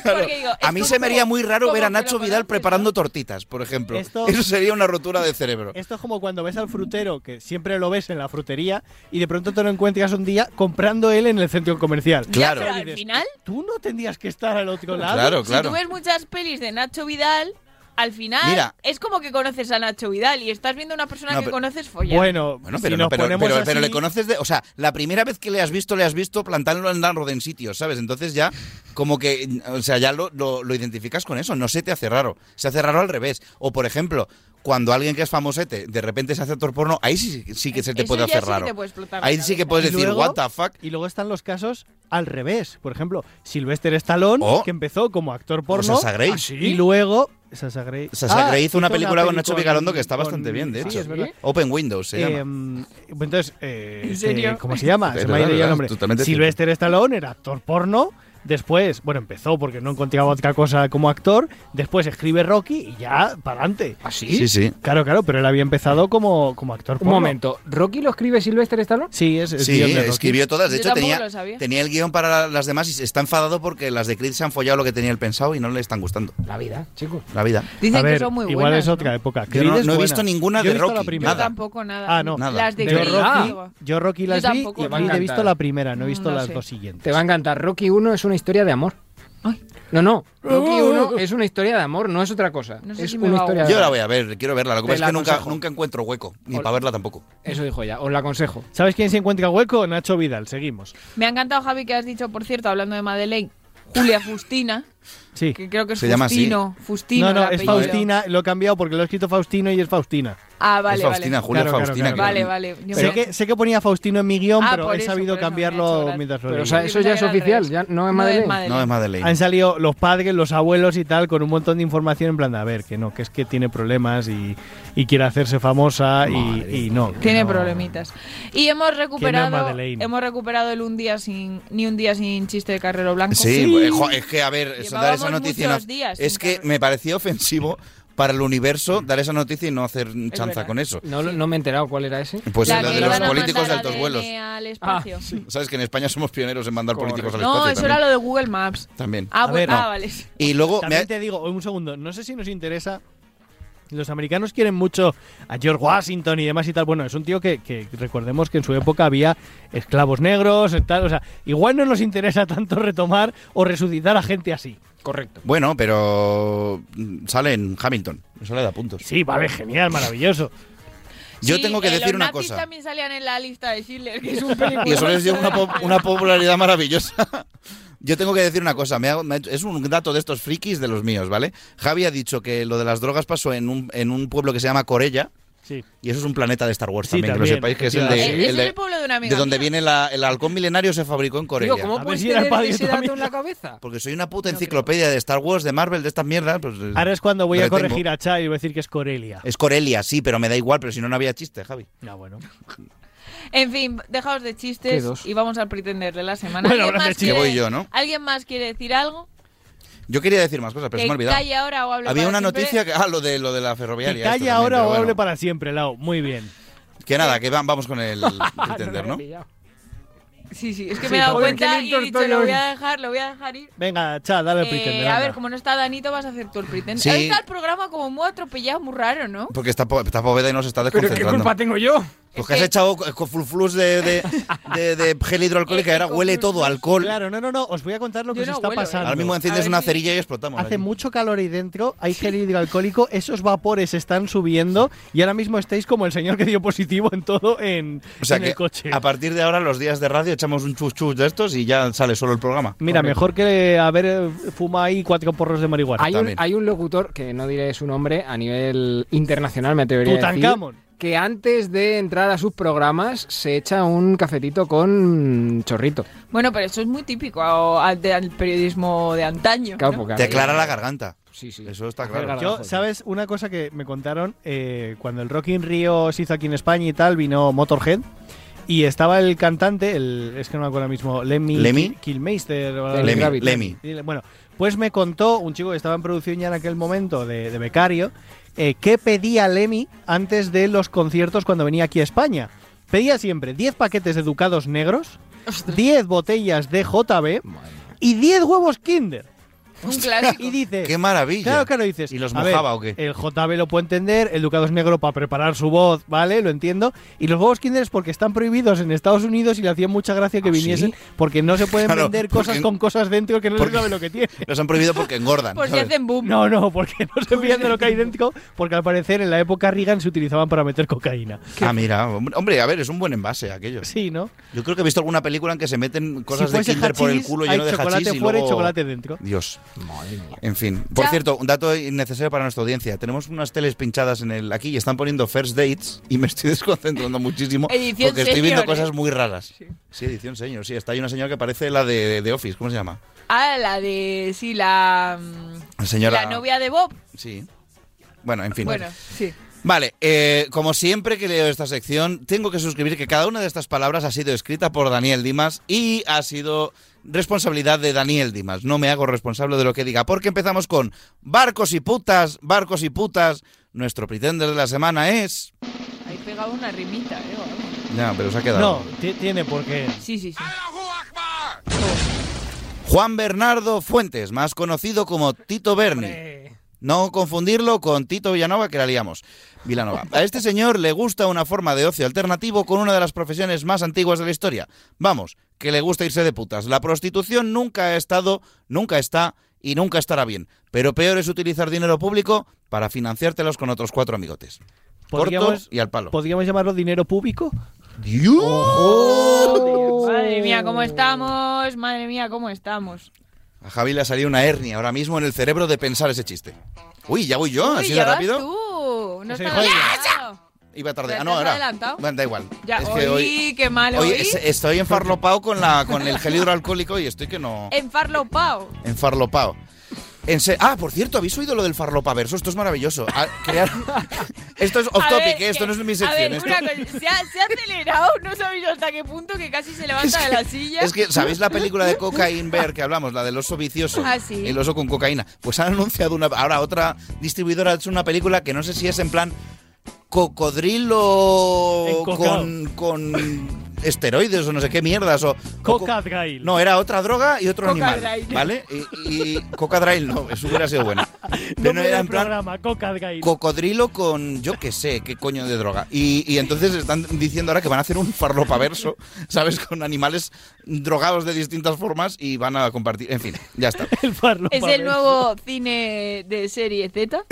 B: Claro,
I: Porque digo,
B: a mí
I: esto
B: se me haría
I: como-
B: muy raro
I: como
B: ver a
I: que lo
B: Nacho Vidal preparando tortitas, por ejemplo.
C: Esto-
B: Eso sería una rotura de cerebro.
C: Esto es como cuando ves al frutero, que siempre lo ves en la frutería, y de pronto te lo encuentras un día comprando él en el centro comercial.
B: Claro.
I: Pero al final,
C: Tú no tendrías que estar al otro lado.
B: Claro,
I: si
B: claro.
I: tú ves muchas pelis de Nacho Vidal, al final
B: Mira.
I: es como que conoces a Nacho Vidal y estás viendo a una persona
B: No,
I: que
B: pero-
I: conoces follar.
B: Bueno,
C: si
B: pero,
C: nos
B: no, pero,
C: ponemos
B: pero- pero
C: así-
B: le conoces de. O sea, la primera vez que le has visto, le has visto plantarlo en rodo en sitios, ¿sabes? Entonces ya, como que. O sea, ya lo, lo- lo identificas con eso. No se te hace raro. Se hace raro al revés. O, por ejemplo, cuando alguien que es famosete de repente se hace actor porno, ahí sí, sí que se te
C: Eso
B: puede
C: ya
B: hacer
C: sí que
B: raro.
C: te puede explotar la
B: ahí sí que
C: cabeza.
B: puedes
C: Y
B: decir,
C: luego-
B: ¿what the fuck?
C: Y luego están los casos al revés. Por ejemplo, Sylvester Stallone, que empezó como actor porno.
B: Oh. Pues Sasha Grey.
C: ¿Ah, sí? Y luego. Sasha Grey.
B: Sasha
C: Ah,
B: Grey hizo una
C: hizo
B: película con Nacho
C: peli
B: Vigalondo que está
C: con-
B: bastante bien, de
C: sí,
B: hecho.
C: es verdad.
B: Open Windows se
C: Eh,
B: llama.
C: mm, entonces, eh,
B: ¿En
C: eh,
B: serio?
C: ¿cómo se llama?
B: De
C: Se me ha
B: verdad,
C: ido ya el
B: verdad,
C: nombre.
B: totalmente
C: Sylvester Stallone era actor porno. Después, bueno, empezó porque no encontraba otra cosa como actor. Después escribe Rocky y ya, para adelante.
H: ¿Así?
B: Ah, Sí, sí.
C: Claro, claro, pero él había empezado como, como actor
H: Un
C: porno.
H: momento, ¿Rocky lo escribe Sylvester Stallone?
C: Sí, es, es
B: Sí,
C: guion de Rocky.
B: escribió todas. De
H: Yo
B: hecho,
H: tampoco
B: tenía,
H: lo sabía.
B: tenía el guión para las demás y se está enfadado porque las de Creed se han follado lo que tenía él pensado y no le están gustando.
H: La vida, chicos.
B: La vida.
I: Dicen
C: A ver,
I: que son muy buenas.
C: Igual es otra época.
B: Yo
C: Creed
B: no-
C: es
B: no he
C: buena.
B: visto ninguna
C: Yo he
B: de
C: visto la
B: Rocky,
C: primera.
B: nada.
I: Tampoco nada.
C: Ah, no.
B: Nada.
I: Las de
C: Yo
I: Grey,
C: Rocky,
I: digo.
C: yo Rocky
I: Yo
C: las vi
I: tampoco.
C: y
I: Te va a
C: Creed he visto
H: encantar.
C: la primera, no he visto
I: No
C: las
I: sé.
C: dos siguientes.
H: Te va a encantar. Rocky 1 es una historia de amor. No, no. Rocky 1 es una historia de amor, no es otra cosa.
I: No sé
H: es
I: si me
H: una
I: va a
H: historia de
B: Yo la
H: amor.
B: voy a ver, quiero verla. Lo que
H: Te
B: pasa
H: la
B: es que nunca,
H: aconsejo.
B: nunca encuentro hueco, ni
H: Hola.
B: para verla tampoco.
H: Eso dijo ella, os la aconsejo.
C: ¿Sabes quién se encuentra hueco? Nacho Vidal, seguimos.
I: Me ha encantado, Javi, que has dicho, por cierto, hablando de Madeleine, Julia Justina,
C: Sí.
I: que creo que es
C: Se llama así.
I: Faustino. Faustino
C: no, no,
I: el
C: es
I: apellido.
C: Faustina, lo he cambiado porque lo he escrito Faustino y es Faustina.
I: Ah, vale, vale.
C: Claro, claro, claro.
I: Vale, vale. Yo
C: Sé
I: me-
C: que, sé que ponía Faustino en mi guión,
I: Ah,
C: pero
I: por
C: he
I: eso,
C: sabido
I: por eso,
C: cambiarlo mientras lo
H: Pero, o
C: leía.
H: sea, eso ya es oficial, ya no es Madeleine.
B: No es Madeleine.
I: Ah,
C: Han salido los padres, los abuelos y tal, con un montón de información en plan de, a ver, que no, que es que tiene problemas y, y quiere hacerse famosa y, y no. que
I: Tiene
C: no.
I: problemitas. Y hemos recuperado,
C: Madeleine?
I: hemos recuperado el un día sin, ni un día sin chiste de Carrero Blanco.
B: Sí, pues, jo, es que a ver, eso, dar esa
I: Llevábamos
B: noticia.
I: muchos
B: no-
I: días
B: es
I: sin
B: que me parecía ofensivo para el universo dar esa noticia y no hacer chanza
I: verdad.
B: con eso.
H: No, no me he enterado cuál era ese.
B: Pues
I: La
B: es lo
I: que
B: de los
I: iban a
B: políticos de
I: mandar
B: altos
I: ADN
B: vuelos.
I: Al
C: Ah,
I: espacio.
B: Sabes que en España somos pioneros en mandar políticos al espacio.
I: No, eso era
B: también.
I: lo de Google Maps.
B: También.
I: Ah,
B: A
I: bueno,
B: ver, no.
I: ah, vale.
B: Y luego Oh, me
C: También
B: ha-
C: te digo, un segundo, no sé si nos interesa. Los americanos quieren mucho a George Washington y demás y tal. Bueno, es un tío que, que recordemos que en su época había esclavos negros, eh, tal. O sea, igual no nos interesa tanto retomar o resucitar a gente así.
H: Correcto.
B: Bueno, pero mm, sale en Hamilton. Eso le da puntos.
C: Sí, vale, genial, maravilloso.
B: Yo
I: Sí,
B: tengo que
I: eh,
B: decir
I: los
B: una
I: nazis
B: cosa.
I: también salían en la lista de Schiller, que es un película.
B: Y eso les dio una, po- una popularidad maravillosa. Yo tengo que decir una cosa, me ha- me ha hecho- es un dato de estos frikis de los míos, ¿vale? Javi ha dicho que lo de las drogas pasó en un, en un pueblo que se llama Corella,
C: Sí.
B: y eso es un planeta de Star Wars
C: Sí,
B: también, que
C: también,
B: lo sepáis, que es el de,
I: efectivamente. Ese
B: el
I: es el pueblo de una amiga
B: donde
I: mía.
B: viene la- el halcón milenario, se fabricó en Corella.
H: Digo, ¿cómo
C: A ver
H: puedes
C: si era el
H: tener
C: padre de
H: ese
C: tu
H: dato
C: amigo.
H: en la cabeza?
B: Porque soy una puta enciclopedia de Star Wars, de Marvel, de estas mierdas. pues, eh,
C: Ahora es cuando voy a
B: retengo.
C: corregir a Chai y voy a decir que es Corelia.
B: Es Corelia, sí, pero me da igual, pero si no, no había chiste, Javi.
C: Ah, bueno.
I: En fin, dejaos de
B: Qué
I: chistes
B: dos.
I: y vamos al pretender de la semana.
B: Bueno,
I: ¿Alguien
B: hablando de
I: más
B: chistes. Que voy
I: quiere-
B: yo, ¿no?
I: ¿Alguien más quiere decir algo?
B: Yo quería decir más cosas, pero se me ha
I: Que
B: olvidado.
I: calle ahora o hable
B: Había
I: para
B: una
I: siempre.
B: noticia que. Ah, lo de, lo de la ferroviaria.
C: Que
B: esto
C: calle
B: también,
C: ahora
B: pero
C: o
B: bueno.
C: hable para siempre, Lau. Muy bien.
B: Que nada, que van- vamos con el Pretender, ¿no?
I: Sí, sí, es que
C: Sí,
I: me he dado
C: joder, qué
I: cuenta y
C: lento
I: he dicho,
C: estoy
I: lo
C: hoy.
I: voy a dejar, lo voy a dejar ir.
C: Venga, cha, dale el
I: Eh,
C: Pretender.
I: a
C: anda.
I: ver, como no está Danito, vas a hacer tú el pretender.
B: Sí.
I: Hoy está el programa como muy atropellado, muy raro, ¿no?
B: Porque está, po- está Poveda y nos está
H: ¿Pero
B: desconcentrando.
H: qué culpa tengo yo?
B: Porque has echado co- co- fulflus de, de, de- de gel hidroalcohólico y ahora huele todo a alcohol.
C: Claro, no, no, no. Os voy a contar lo que
I: Yo
C: os
I: no
C: está
I: huelo, ¿eh?
C: pasando.
B: Ahora mismo
C: A
B: enciendes
C: ver
B: una
C: si-
B: cerilla y explotamos.
C: Hace
B: aquí.
C: mucho calor ahí dentro, hay gel hidroalcohólico, esos vapores están subiendo y ahora mismo estáis como el señor que dio positivo en todo en,
B: O sea
C: en
B: que
C: el coche.
B: a partir de ahora los días de radio echamos un chus chus de estos y ya sale solo el programa.
C: Mira, mejor que haber eh, fumado ahí cuatro porros de marihuana.
H: Hay un, hay un locutor, que no diré su nombre, a nivel internacional me atrevería a decir,
C: Tutankamón.
H: que antes de entrar a sus programas se echa un cafetito con chorrito.
I: Bueno, pero eso es muy típico a- a- de- al periodismo de antaño.
H: Claro,
I: ¿no?
H: porque
B: Te
H: había-
B: aclara la garganta.
H: Sí, sí.
B: Eso está
H: Hacer
B: claro.
H: gargajo.
C: Yo, ¿sabes? Una cosa que me contaron eh, cuando el Rock in Rio se hizo aquí en España y tal, vino Motorhead y estaba el cantante, el, es que no me acuerdo ahora mismo, Lemmy,
B: ¿Lemmy?
C: Kilmeister. o algo
B: Lemmy,
C: así.
B: Lemmy.
C: Y le- Bueno, pues me contó un chico que estaba en producción ya en aquel momento de, de becario, eh, qué pedía Lemmy antes de los conciertos cuando venía aquí a España. Pedía siempre 10 paquetes de ducados negros, 10 botellas de JB y 10 huevos Kinder.
I: Un clásico.
C: Y dice,
B: ¡Qué maravilla!
C: Claro, claro, dices.
B: ¿Y los
C: a ver,
B: mojaba o qué?
C: El JB lo puedo entender, el Ducado es negro para preparar su voz, ¿vale? Lo entiendo. Y los huevos Kinder es porque están prohibidos en Estados Unidos y le hacían mucha gracia que viniesen porque no se pueden
B: ¿Ah, Claro,
C: vender
B: porque-
C: cosas con cosas dentro que no se
B: porque-
C: sabe lo que tiene.
B: Los han prohibido porque engordan.
I: Por Pues si
B: ¿sabes?
I: hacen boom.
C: No, no, porque no se fían de lo que hay dentro, porque al parecer en la época Reagan se utilizaban para meter cocaína.
B: Ah, mira, hombre, hombre, a ver, es un buen envase aquello.
C: Sí, ¿no?
B: Yo creo que he visto alguna película en que se meten cosas
C: Si
B: de
C: fuese
B: Kinder por el
C: hachís,
B: culo
C: hay
B: lleno de
C: chocolate
B: hachís y
C: fuera y
B: luego...
C: chocolate dentro.
B: Dios. En fin. Por
I: Ya.
B: cierto, un dato innecesario para nuestra audiencia. Tenemos unas teles pinchadas en el aquí y están poniendo First Dates y me estoy desconcentrando muchísimo
I: Edición
B: porque estoy viendo
I: senior, ¿eh?
B: cosas muy raras. Sí, edición señor. Sí, está ahí una señora que parece la de, de Office. ¿Cómo se llama?
I: Ah, la de. Sí, la. mm,
B: La señora...
I: La novia de Bob.
B: Sí. Bueno, en fin.
I: Bueno, sí.
B: Vale, eh, como siempre que leo esta sección, tengo que suscribir que cada una de estas palabras ha sido escrita por Daniel Dimas y ha sido responsabilidad de Daniel Dimas. No me hago responsable de lo que diga, porque empezamos con barcos y putas, barcos y putas. Nuestro pretender de la semana es.
I: Ahí pegaba una rimita, ¿eh? o algo.
B: Ya, pero se ha quedado.
C: No, ti- tiene por qué.
I: Sí, sí, sí.
B: Juan Bernardo Fuentes, más conocido como Tito Berni. No confundirlo con Tito Villanova, que la liamos. Vilanova. A este señor le gusta una forma de ocio alternativo con una de las profesiones más antiguas de la historia. Vamos, que le gusta irse de putas. La prostitución nunca ha estado, nunca está y nunca estará bien. Pero peor es utilizar dinero público para financiártelos con otros cuatro amigotes. Cortos
C: Podríamos-
B: y al palo.
C: ¿Podríamos llamarlo dinero público?
B: ¡Dios!
I: Madre mía, cómo estamos. Madre mía, cómo estamos.
B: A Javi le ha salido una hernia ahora mismo en el cerebro de pensar ese chiste. Uy, ya voy yo,
I: Uy,
B: así
I: ya
B: de
I: vas
B: Ah, rápido.
I: tú. No
C: Ese
I: está
C: joder.
I: adelantado.
B: Iba tarde.
I: ¿Pero
B: Ah,
I: te
B: no,
I: has
B: ahora.
I: adelantado?
B: Bueno, da igual.
I: Ya,
B: es
I: hoy,
B: que hoy,
I: qué mal
B: hoy
I: oí.
B: es- eh, estoy enfarlopao con, la, con el gel hidroalcohólico y estoy que no.
I: En Farlopao.
B: Enfarlopao. En se- ah, por cierto, ¿habéis oído lo del farlopaverso? Esto es maravilloso. Ah, crear- esto es off
I: A
B: topic,
I: ver,
B: eh, esto no es mi
I: A ver,
B: sección. esto-
I: una cosa, se, ha, se ha acelerado, no sabéis hasta qué punto que casi se levanta de la silla.
B: Es que, ¿sabéis la película de Cocaine Bear que hablamos? La del oso vicioso.
I: Ah, sí.
B: El oso con cocaína. Pues han anunciado una. Ahora otra distribuidora ha hecho una película que no sé si es en plan cocodrilo
C: Encocao.
B: con, con esteroides o no sé qué mierdas. O, o co-
C: Cocadrail.
B: No, era otra droga y otro animal.
I: Cocadrail.
B: ¿Vale? Y, y Cocadrail no, eso hubiera sido bueno. Pero no
C: Nombre
B: era
C: del
B: en plan
C: programa, Cocadrail.
B: cocodrilo con yo qué sé, qué coño de droga. Y, y entonces están diciendo ahora que van a hacer un farlopaverso, ¿sabes? Con animales drogados de distintas formas y van a compartir. En fin, ya está.
C: El farlo
I: Es el nuevo cine de serie Z.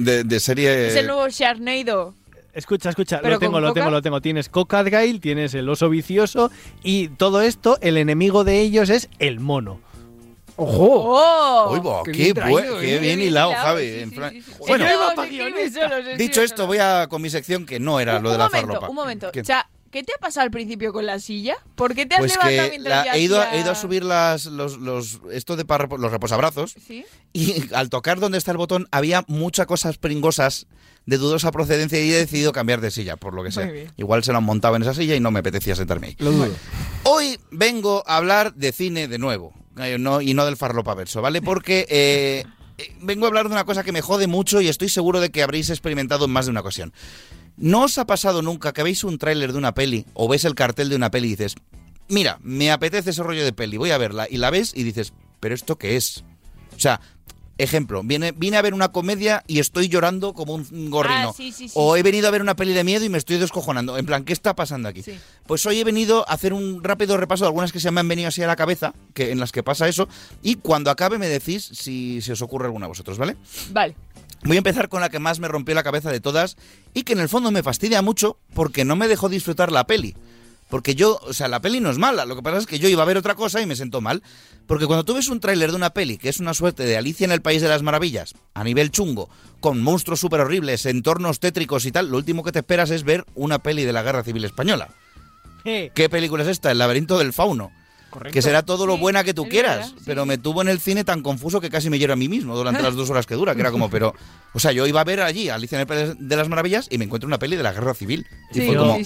B: De, de serie.
I: Es el nuevo Sharknado.
C: Escucha, escucha,
I: ¿Pero
C: lo tengo,
I: con
C: lo
I: coca?
C: tengo, lo tengo. Tienes Cocadrail, tienes el oso vicioso y todo esto, el enemigo de ellos es el mono.
H: ¡Ojo!
I: ¡Oh!
B: Uy, bo,
H: Qué
B: qué,
H: bien traído,
B: bue-
H: eh.
B: qué bien
I: Sí,
B: hilado,
I: sí,
B: Javi.
I: sí,
B: en
I: sí,
B: plan-
I: sí, sí.
B: Bueno,
I: Es nuevo, se escribe solo, se
B: dicho
I: escribe
B: esto,
I: solo.
B: voy a con mi sección que no era
I: un,
B: lo de
I: un
B: la
I: momento,
B: farlopa.
I: Un momento,
B: ¿Qué?
I: Cha, ¿qué te ha pasado al principio con la silla? ¿Por qué te has
B: Pues
I: levantado
B: que
I: mientras
B: la-
I: yo
B: he, ido, a-
I: hacía-
B: he ido a subir las, los, los- esto de para repo- los reposabrazos
I: ¿Sí?
B: y al tocar donde está el botón había muchas cosas pringosas de dudosa procedencia y he decidido cambiar de silla, por lo que sea.
I: Muy bien.
B: Igual se lo han montado en esa silla y no me apetecía sentarme ahí.
C: Lo dudo.
B: Hoy vengo a hablar de cine de nuevo. eh, no, y no del farlopaverso, ¿vale? Porque eh, eh, vengo a hablar de una cosa que me jode mucho y estoy seguro de que habréis experimentado en más de una ocasión. ¿No os ha pasado nunca que veis un tráiler de una peli o ves el cartel de una peli y dices, mira, me apetece ese rollo de peli, voy a verla? Y la ves y dices, ¿pero esto qué es? O sea, ejemplo, viene, vine a ver una comedia y estoy llorando como un gorrino.
J: Ah, sí, sí, sí,
B: o he
J: sí.
B: venido a ver una peli de miedo y me estoy descojonando. En plan, ¿qué está pasando aquí? Pues hoy he venido a hacer un rápido repaso de algunas que se me han venido así a la cabeza, que, en las que pasa eso, y cuando acabe me decís si se os ocurre alguna a vosotros, ¿vale?
I: Vale.
B: Voy a empezar con la que más me rompió la cabeza de todas y que en el fondo me fastidia mucho porque no me dejó disfrutar la peli. Porque yo, o sea, la peli no es mala, lo que pasa es que yo iba a ver otra cosa y me sentó mal. Porque cuando tú ves un tráiler de una peli, que es una suerte de Alicia en el País de las Maravillas, a nivel chungo, con monstruos súper horribles, entornos tétricos y tal, lo último que te esperas es ver una peli de la Guerra Civil Española. ¿Qué película es esta? El laberinto del fauno. Que será todo lo buena que tú quieras. Pero me tuvo en el cine tan confuso que casi me lloro a mí mismo durante las dos horas que dura. Que era como, pero. O sea, yo iba a ver allí Alicia en el País de las Maravillas y me encuentro una peli de la Guerra Civil. Y fue como,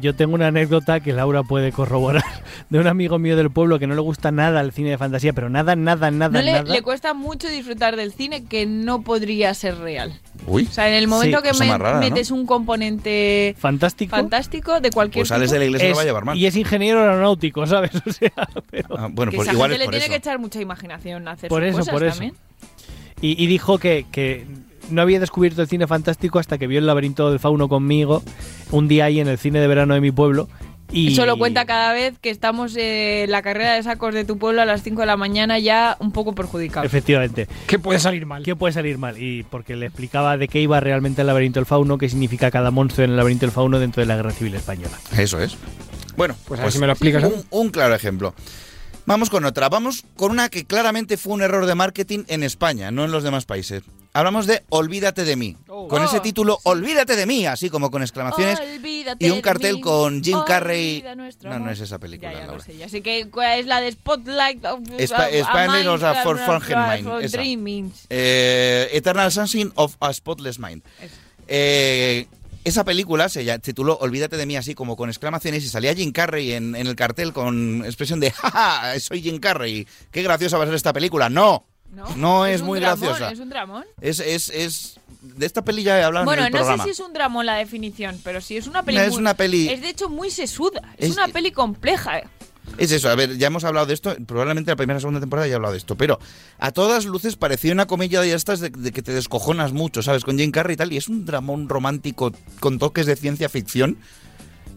C: Yo tengo una anécdota que Laura puede corroborar de un amigo mío del pueblo que no le gusta nada el cine de fantasía, pero nada, nada, nada,
I: No le,
C: nada.
I: le cuesta mucho disfrutar del cine que no podría ser real.
B: Uy.
I: O sea, en el momento
C: Sí,
I: que
C: cosa
I: me-
C: más rara, ¿no?
I: metes un componente
C: Fantástico.
I: fantástico de
B: pues
C: Pues
I: cualquier tipo,
C: Es- Y es ingeniero aeronáutico, ¿sabes? O sea, pero-
B: Ah, bueno, pues
I: que esa gente le tiene que echar mucha imaginación a hacer
C: Por
I: sus
C: eso,
I: cosas
C: por eso.
I: también.
C: Y, y dijo que, que no había descubierto el cine fantástico hasta que vio el laberinto del fauno conmigo un día ahí en el cine de verano de mi pueblo. Y
I: Eso lo cuenta cada vez que estamos eh, en la carrera de sacos de tu pueblo a las 5 de la mañana ya un poco perjudicados.
C: Efectivamente.
H: ¿Qué puede salir mal?
C: ¿Qué puede salir mal? Y porque le explicaba de qué iba realmente el laberinto del fauno, qué significa cada monstruo en el laberinto del fauno dentro de la Guerra Civil Española.
B: Eso es. Bueno,
H: Pues a ver si me lo explicas, ¿eh?
B: Un, un claro ejemplo. Vamos con otra. Vamos con una que claramente fue un error de marketing en España, no en los demás países. Hablamos de Olvídate de mí.
I: Oh.
B: Con ese título, Olvídate de mí, así como con exclamaciones.
I: Olvídate
B: y un
I: de
B: cartel
I: mí,
B: con Jim
I: olvida
B: Carrey.
I: nuestro
B: No, no
I: amor.
B: es esa película,
I: Ya, ya lo
B: Laura.
I: sé, ya sé que cuál es la de Spotlight. of-
B: Espa- Spanish
I: of- a Mind
B: of a For- Forgotten
I: for
B: Mind, esa.
I: Dreaming.
B: Eh, Eternal Sunshine of a Spotless Mind. Eh, esa película se ya- tituló Olvídate de mí así como con exclamaciones y salía Jim Carrey en, en el cartel con expresión de ¡Ja, ja, soy Jim Carrey! ¡Qué graciosa va a ser esta película! ¡No! No, es,
I: un
B: muy
I: dramón,
B: graciosa.
I: Es un dramón.
B: Es, es, es- De esta peli ya he hablado
I: Bueno,
B: en el
I: no sé
B: programa.
I: si es un dramón la definición, pero sí es una peli.
B: No, es
I: muy-
B: una peli-
I: Es de hecho muy sesuda. Es,
B: Es-
I: una peli compleja.
B: Es eso, a ver, ya hemos hablado de esto, probablemente la primera o segunda temporada ya he hablado de esto, pero a todas luces parecía una comedia de estas de, de que te descojonas mucho, ¿sabes? Con Jim Carrey y tal, y es un dramón romántico con toques de ciencia ficción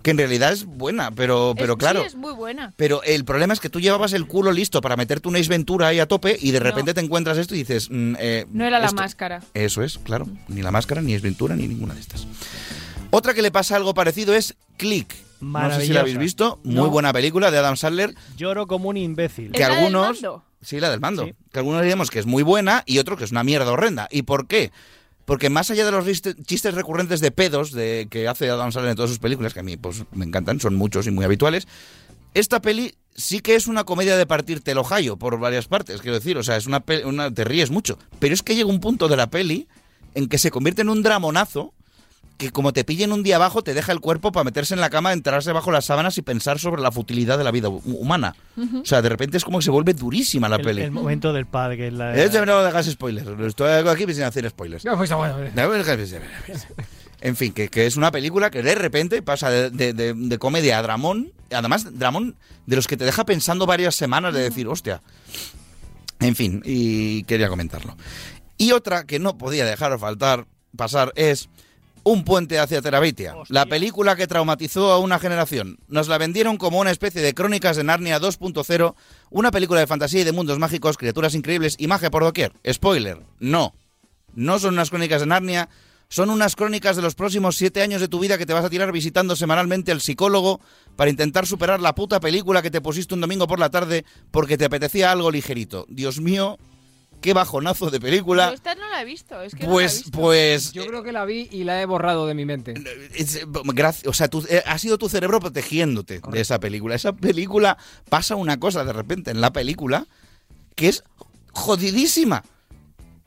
B: que en realidad es buena, pero, Oh, pero
I: Es-
B: claro.
I: Sí, es muy buena.
B: Pero el problema es que tú llevabas el culo listo para meterte una Ventura ahí a tope y de
I: No.
B: repente te encuentras esto y dices... mm, eh,
I: No era la Mm.
B: esto-
I: máscara.
B: Eso es, claro. Ni la máscara, ni Ventura, ni ninguna de estas. Otra que le pasa algo parecido es Click. No sé si
C: Maravillosa.
B: la habéis visto. Muy
C: No.
B: buena película de Adam Sandler
C: Lloro como un imbécil.
B: que algunos sí la del mando que algunos diríamos que es muy buena y otro que es una mierda horrenda y por qué porque más allá de los riste- chistes recurrentes de pedos de que hace Adam Sandler en todas sus películas que a mí pues me encantan son muchos y muy habituales esta peli sí que es una comedia de partirte el Ohio por varias partes quiero decir o sea es una, pe- una te ríes mucho pero es que llega un punto de la peli en que se convierte en un dramonazo que como te pillen un día abajo te deja el cuerpo para meterse en la cama, entrarse bajo las sábanas y pensar sobre la futilidad de la vida hu- humana.
C: Ujú.
B: O sea, de repente es como que se vuelve durísima la
C: El,
B: peli.
C: el momento del padre, que es la.
B: Eh, no hagas spoilers. Estoy aquí sin hacer spoilers.
H: No, pues, bueno, bueno.
B: No, pues, pues, En fin, que, que es una película que de repente pasa de, de- de- de comedia a dramón. Además, dramón de los que te deja pensando varias semanas de decir, hostia. En fin, y quería comentarlo. Y otra que no podía dejar faltar pasar es Un puente hacia Terabitia, la película que traumatizó a una generación. Nos la vendieron como una especie de Crónicas de Narnia 2.0, una película de fantasía y de mundos mágicos, criaturas increíbles y magia por doquier. Spoiler, no. No son unas crónicas de Narnia, son unas crónicas de los próximos siete años de tu vida que te vas a tirar visitando semanalmente al psicólogo para intentar superar la puta película que te pusiste un domingo por la tarde porque te apetecía algo ligerito. Dios mío, qué bajonazo de película.
I: Yo esta no la he visto. Es que no la he
B: Pues,
I: visto.
B: pues,
H: Yo creo que la vi y la he borrado de mi mente.
B: es- eh, gracias- o sea, tú- eh, ha sido tu cerebro protegiéndote de esa película. Esa película pasa una cosa de repente en la película que es jodidísima.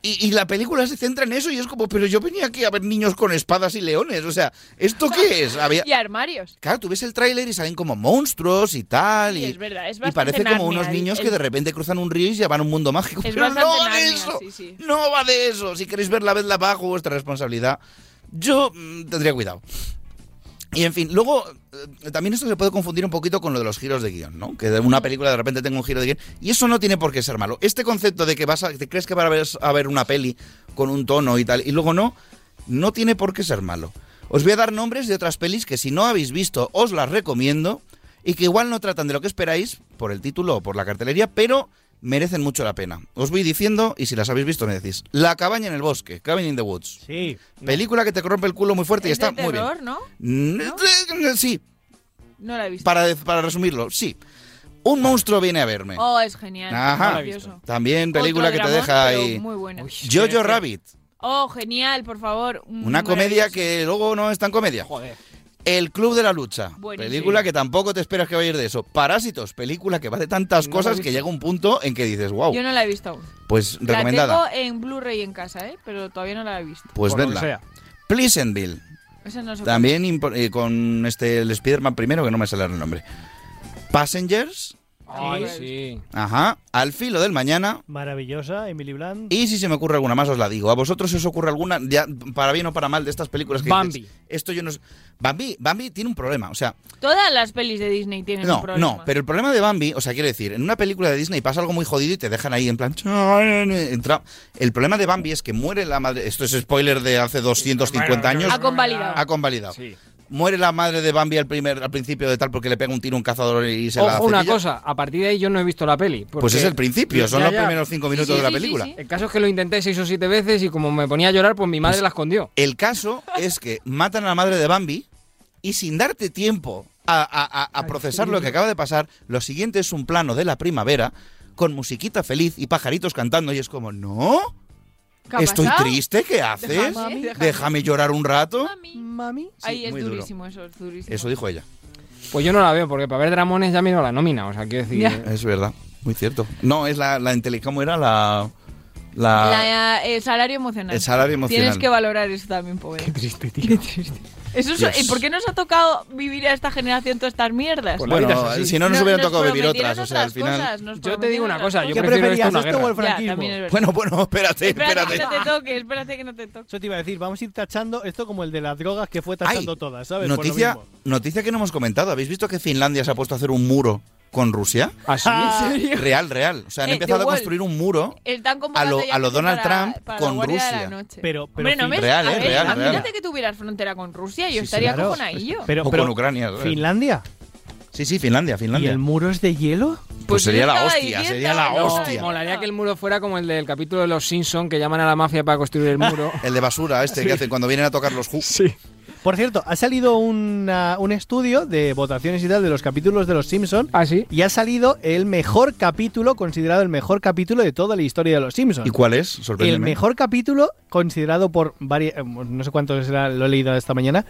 B: Y, y la película se centra en eso y es como, pero yo venía aquí a ver niños con espadas y leones. O sea, ¿esto qué es? Había-
I: Y armarios.
B: Claro, tú ves el tráiler y salen como monstruos y tal.
I: Sí,
B: y,
I: es verdad, es
B: y
I: bastante
B: parece como
I: Narnia,
B: unos
I: el-
B: niños que
I: el-
B: de repente cruzan un río y ya van a un mundo mágico.
I: Es
B: Pero
I: bastante
B: no de
I: Narnia,
B: eso.
I: sí, sí.
B: No va de eso. Si queréis verla, vedla bajo vuestra responsabilidad. Yo mm, tendría cuidado. Y en fin, luego eh, también esto se puede confundir un poquito con lo de los giros de guión, ¿no? Que de una película de repente tenga un giro de guión. Y eso no tiene por qué ser malo. Este concepto de que vas a, te crees que vas a ver, a ver una peli con un tono y tal, y luego no, no tiene por qué ser malo. Os voy a dar nombres de otras pelis que si no habéis visto os las recomiendo y que igual no tratan de lo que esperáis por el título o por la cartelería, pero merecen mucho la pena. Os voy diciendo y si las habéis visto me decís. La cabaña en el bosque, Cabin in the Woods.
C: Sí.
B: Película que te rompe el culo muy fuerte y
I: Es de
B: está muy bien.
I: terror, ¿no?
B: Mm, Sí,
I: No la he visto.
B: para, para resumirlo, sí. Un monstruo viene a verme.
I: Oh, es genial.
B: Ajá.
I: Maravilloso.
B: También película
I: Otro
B: que te
I: dramón,
B: deja
I: pero
B: ahí.
I: Muy buena.
B: Jojo Rabbit.
I: Oh, genial, por favor. Mm,
B: Una comedia
I: maravilloso.
B: que luego no es tan comedia. El Club de la Lucha.
I: Buenísimo.
B: Película que tampoco te esperas que vaya a ir de eso. Parásitos, película que va de tantas cosas que llega un punto en que dices, wow,
I: Yo no la he visto aún.
B: pues recomendada.
I: La tengo en Blu-ray en casa, ¿eh? Pero todavía no la he visto.
B: Pues vedla. Pleasantville.
I: Esa no sé cuál
B: También impo- eh, con este el Spider-Man primero, que no me sale ahora el nombre. Passengers.
H: Ay, sí.
B: Ajá. Al filo del mañana.
C: Maravillosa, Emily Blunt.
B: Y si se me ocurre alguna más, os la digo. ¿A vosotros se os ocurre alguna, ya, para bien o para mal, de estas películas que
H: Bambi.
B: dices, esto yo no sé. Bambi, Bambi tiene un problema. O sea,
I: Todas las pelis de Disney tienen un
B: no,
I: problema.
B: no, pero el problema de Bambi, o sea, quiero decir, en una película de Disney pasa algo muy jodido y te dejan ahí en plan. entra- El problema de Bambi es que muere la madre. Esto es spoiler de hace 250 años.
I: Ha convalidado.
B: Ha convalidado. Muere la madre de Bambi al, primer, al principio de tal porque le pega un tiro a un cazador y se la
H: Ojo, una
B: cepilla.
H: cosa, a partir de ahí yo no he visto la peli.
B: Pues es el principio, son
H: Ya,
B: los
H: ya.
B: primeros cinco minutos de la película.
H: El caso es que lo intenté seis o siete veces y como me ponía a llorar, pues mi madre
B: Pues-
H: la escondió.
B: El caso es que matan a la madre de Bambi y sin darte tiempo a, a- a- a procesar lo que acaba de pasar, lo siguiente es un plano de la primavera con musiquita feliz y pajaritos cantando y es como, no,
I: ¿Qué ha
B: estoy
I: pasado?
B: triste, ¿qué haces?
I: Déjame,
B: Déjame,
I: déjame.
B: llorar un rato.
C: Mami.
I: Ahí es
B: muy duro.
I: durísimo eso, es durísimo.
B: Eso dijo ella.
H: Pues yo no la veo, porque para ver Dramones ya miro la nómina, o sea, quiero decir...
I: Ya.
B: Es verdad, muy cierto. No, es la, la intele- ¿cómo era? La, la-
I: La- eh, el salario emocional.
B: El salario emocional.
I: Tienes que valorar eso también, pobre. Qué
H: triste,
I: tío. Eso es-
B: Dios.
I: ¿Y por qué nos ha tocado vivir a esta generación todas estas mierdas?
B: Pues, bueno, si no nos hubieran tocado vivir
I: prometieron
B: otras, o sea, al final...
I: cosas, nos
H: Yo te
I: prometieron
H: digo una
I: otras
H: cosa, yo
C: ¿Qué
H: prefiero esto a
C: preferías,
H: una
C: esto o el
H: guerra.
I: Ya,
C: franquismo?
I: también es verdad.
B: Bueno, bueno, espérate,
I: Espérate
B: espérate.
I: que no te toques, espérate que no te toques.
C: Eso te iba a decir, vamos a ir tachando esto como el de las drogas que fue
B: Ay,
C: tachando todas, ¿sabes? Por lo
B: Noticia,
C: mismo.
B: noticia que no hemos comentado. ¿Habéis visto que Finlandia se ha puesto a hacer un muro con Rusia?
H: ¿Así?
C: Ah,
B: Real, real. O sea, han
I: Eh,
B: empezado
I: The
B: a
I: Wall.
B: construir un muro.
I: Están
B: A lo-
I: convocando ya
B: a lo
I: gente
B: Donald
I: para-
B: Trump
I: para la
B: con
I: guardia de la
B: Rusia.
I: noche.
C: Pero, pero
I: Hombre, no
C: fin-
I: ves,
B: Real,
I: a
B: eh,
I: ver,
B: real,
I: imagínate
B: real.
I: que tuvieras frontera con Rusia, yo
C: Sí, sí,
I: estaría
C: claro.
I: cojonadillo.
C: Pero-
B: o
C: pero-
B: con Ucrania. ¿sabes?
C: Finlandia.
B: Sí, sí, Finlandia,
C: ¿Y
B: Finlandia.
C: el muro es de hielo?
B: Pues
I: yo
B: sería la
I: estaba
B: hostia,
I: diciendo,
B: sería la
I: no,
B: hostia.
H: Molaría que el muro fuera como el del capítulo de Los Simpson que llaman a la mafia para construir el muro.
B: El de basura este que hacen cuando vienen a tocar los ju.
H: sí.
C: Por cierto, ha salido una- un estudio de votaciones y tal de los capítulos de Los Simpson
H: ¿Ah, sí?
C: y ha salido el mejor capítulo, considerado el mejor capítulo de toda la historia de Los Simpson.
B: ¿Y cuál es?
C: El
B: Sorpréndeme.
C: mejor capítulo considerado por varias... No sé cuántos será, lo he leído esta mañana,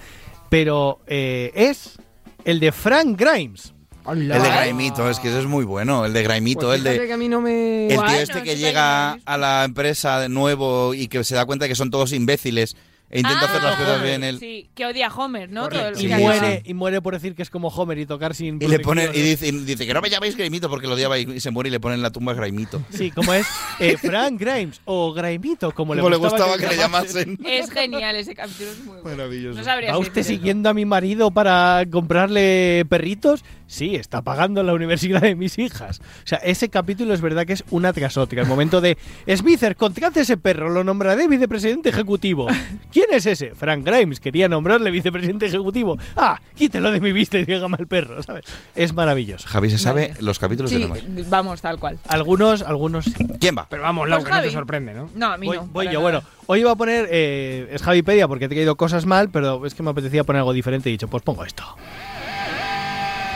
C: pero eh, es el de Frank Grimes.
H: El
B: El de Graimito, es que ese es muy bueno. El de Graimito, el de.
H: Pues que a mí no me...
B: El tío
I: Guay,
B: este
I: no,
B: que
I: eso
B: llega
I: también
B: a la empresa de nuevo y que se da cuenta de que son todos imbéciles e intenta hacer las cosas bien él.
I: Ah, Sí, que odia a Homer, ¿no?
H: Correcto.
I: Todo el-
C: Y
B: Sí,
C: muere, y muere por decir que es como Homer y tocar sin...
B: Y le pone y
C: protección.
B: dice, y dice que no me llaméis Graimito porque lo odiaba y se muere y le ponen en la tumba Graimito.
C: Sí, como es eh, Frank Grimes o Graimito, como le,
B: Como le
C: gustaba,
B: gustaba que le llamasen.
I: Es genial ese capítulo, es muy bueno.
B: Maravilloso.
I: No sabría
C: ¿Va usted
I: decirte.
C: siguiendo a mi marido para comprarle perritos? Sí, está pagando la universidad de mis hijas. O sea, ese capítulo es verdad que es una tras otra. El momento de, Smither, contrate ese perro, lo nombraré vicepresidente ejecutivo. ¿Quién es ese? Frank Grimes, quería nombrarle vicepresidente ejecutivo. Ah, quítelo de mi vista y dígame al perro, ¿sabes? Es maravilloso.
B: Javi se sabe los capítulos de
I: Sí,
B: la mar.
I: vamos, tal cual.
C: Algunos, algunos sí.
B: ¿Quién va?
H: Pero vamos, Lau,
I: Pues
H: que no te
I: Javi.
H: sorprende, ¿no?
I: No, a mí
C: Voy,
I: no.
C: voy
I: para
C: yo,
I: nada.
C: bueno, hoy iba a poner, eh, es Javipedia porque te he caído cosas mal, pero es que me apetecía poner algo diferente y he dicho, pues pongo esto.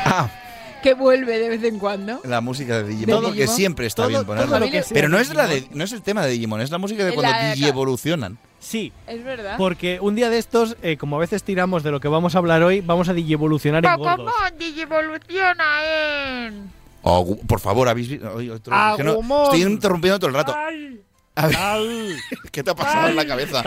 B: Ah,
I: Que vuelve de vez en cuando.
B: la música de Digimon,
I: Todo-
B: que siempre está
C: todo-
B: bien
C: todo
B: ponerla.
I: lo que sea
B: Pero no es, la de, no es el tema de Digimon, es la música de
I: Es
B: cuando
I: la-
B: digievolucionan.
C: Sí,
I: Es verdad.
C: porque un día de estos, eh, como a veces tiramos de lo que vamos a hablar hoy, vamos a digievolucionar en gordos.
I: Pokémon digievoluciona en.
B: Oh, gu- por favor, habéis visto. Ay, otro- que no-
C: Agumon.
B: estoy interrumpiendo todo el rato. ¿Qué te ha pasado en la cabeza?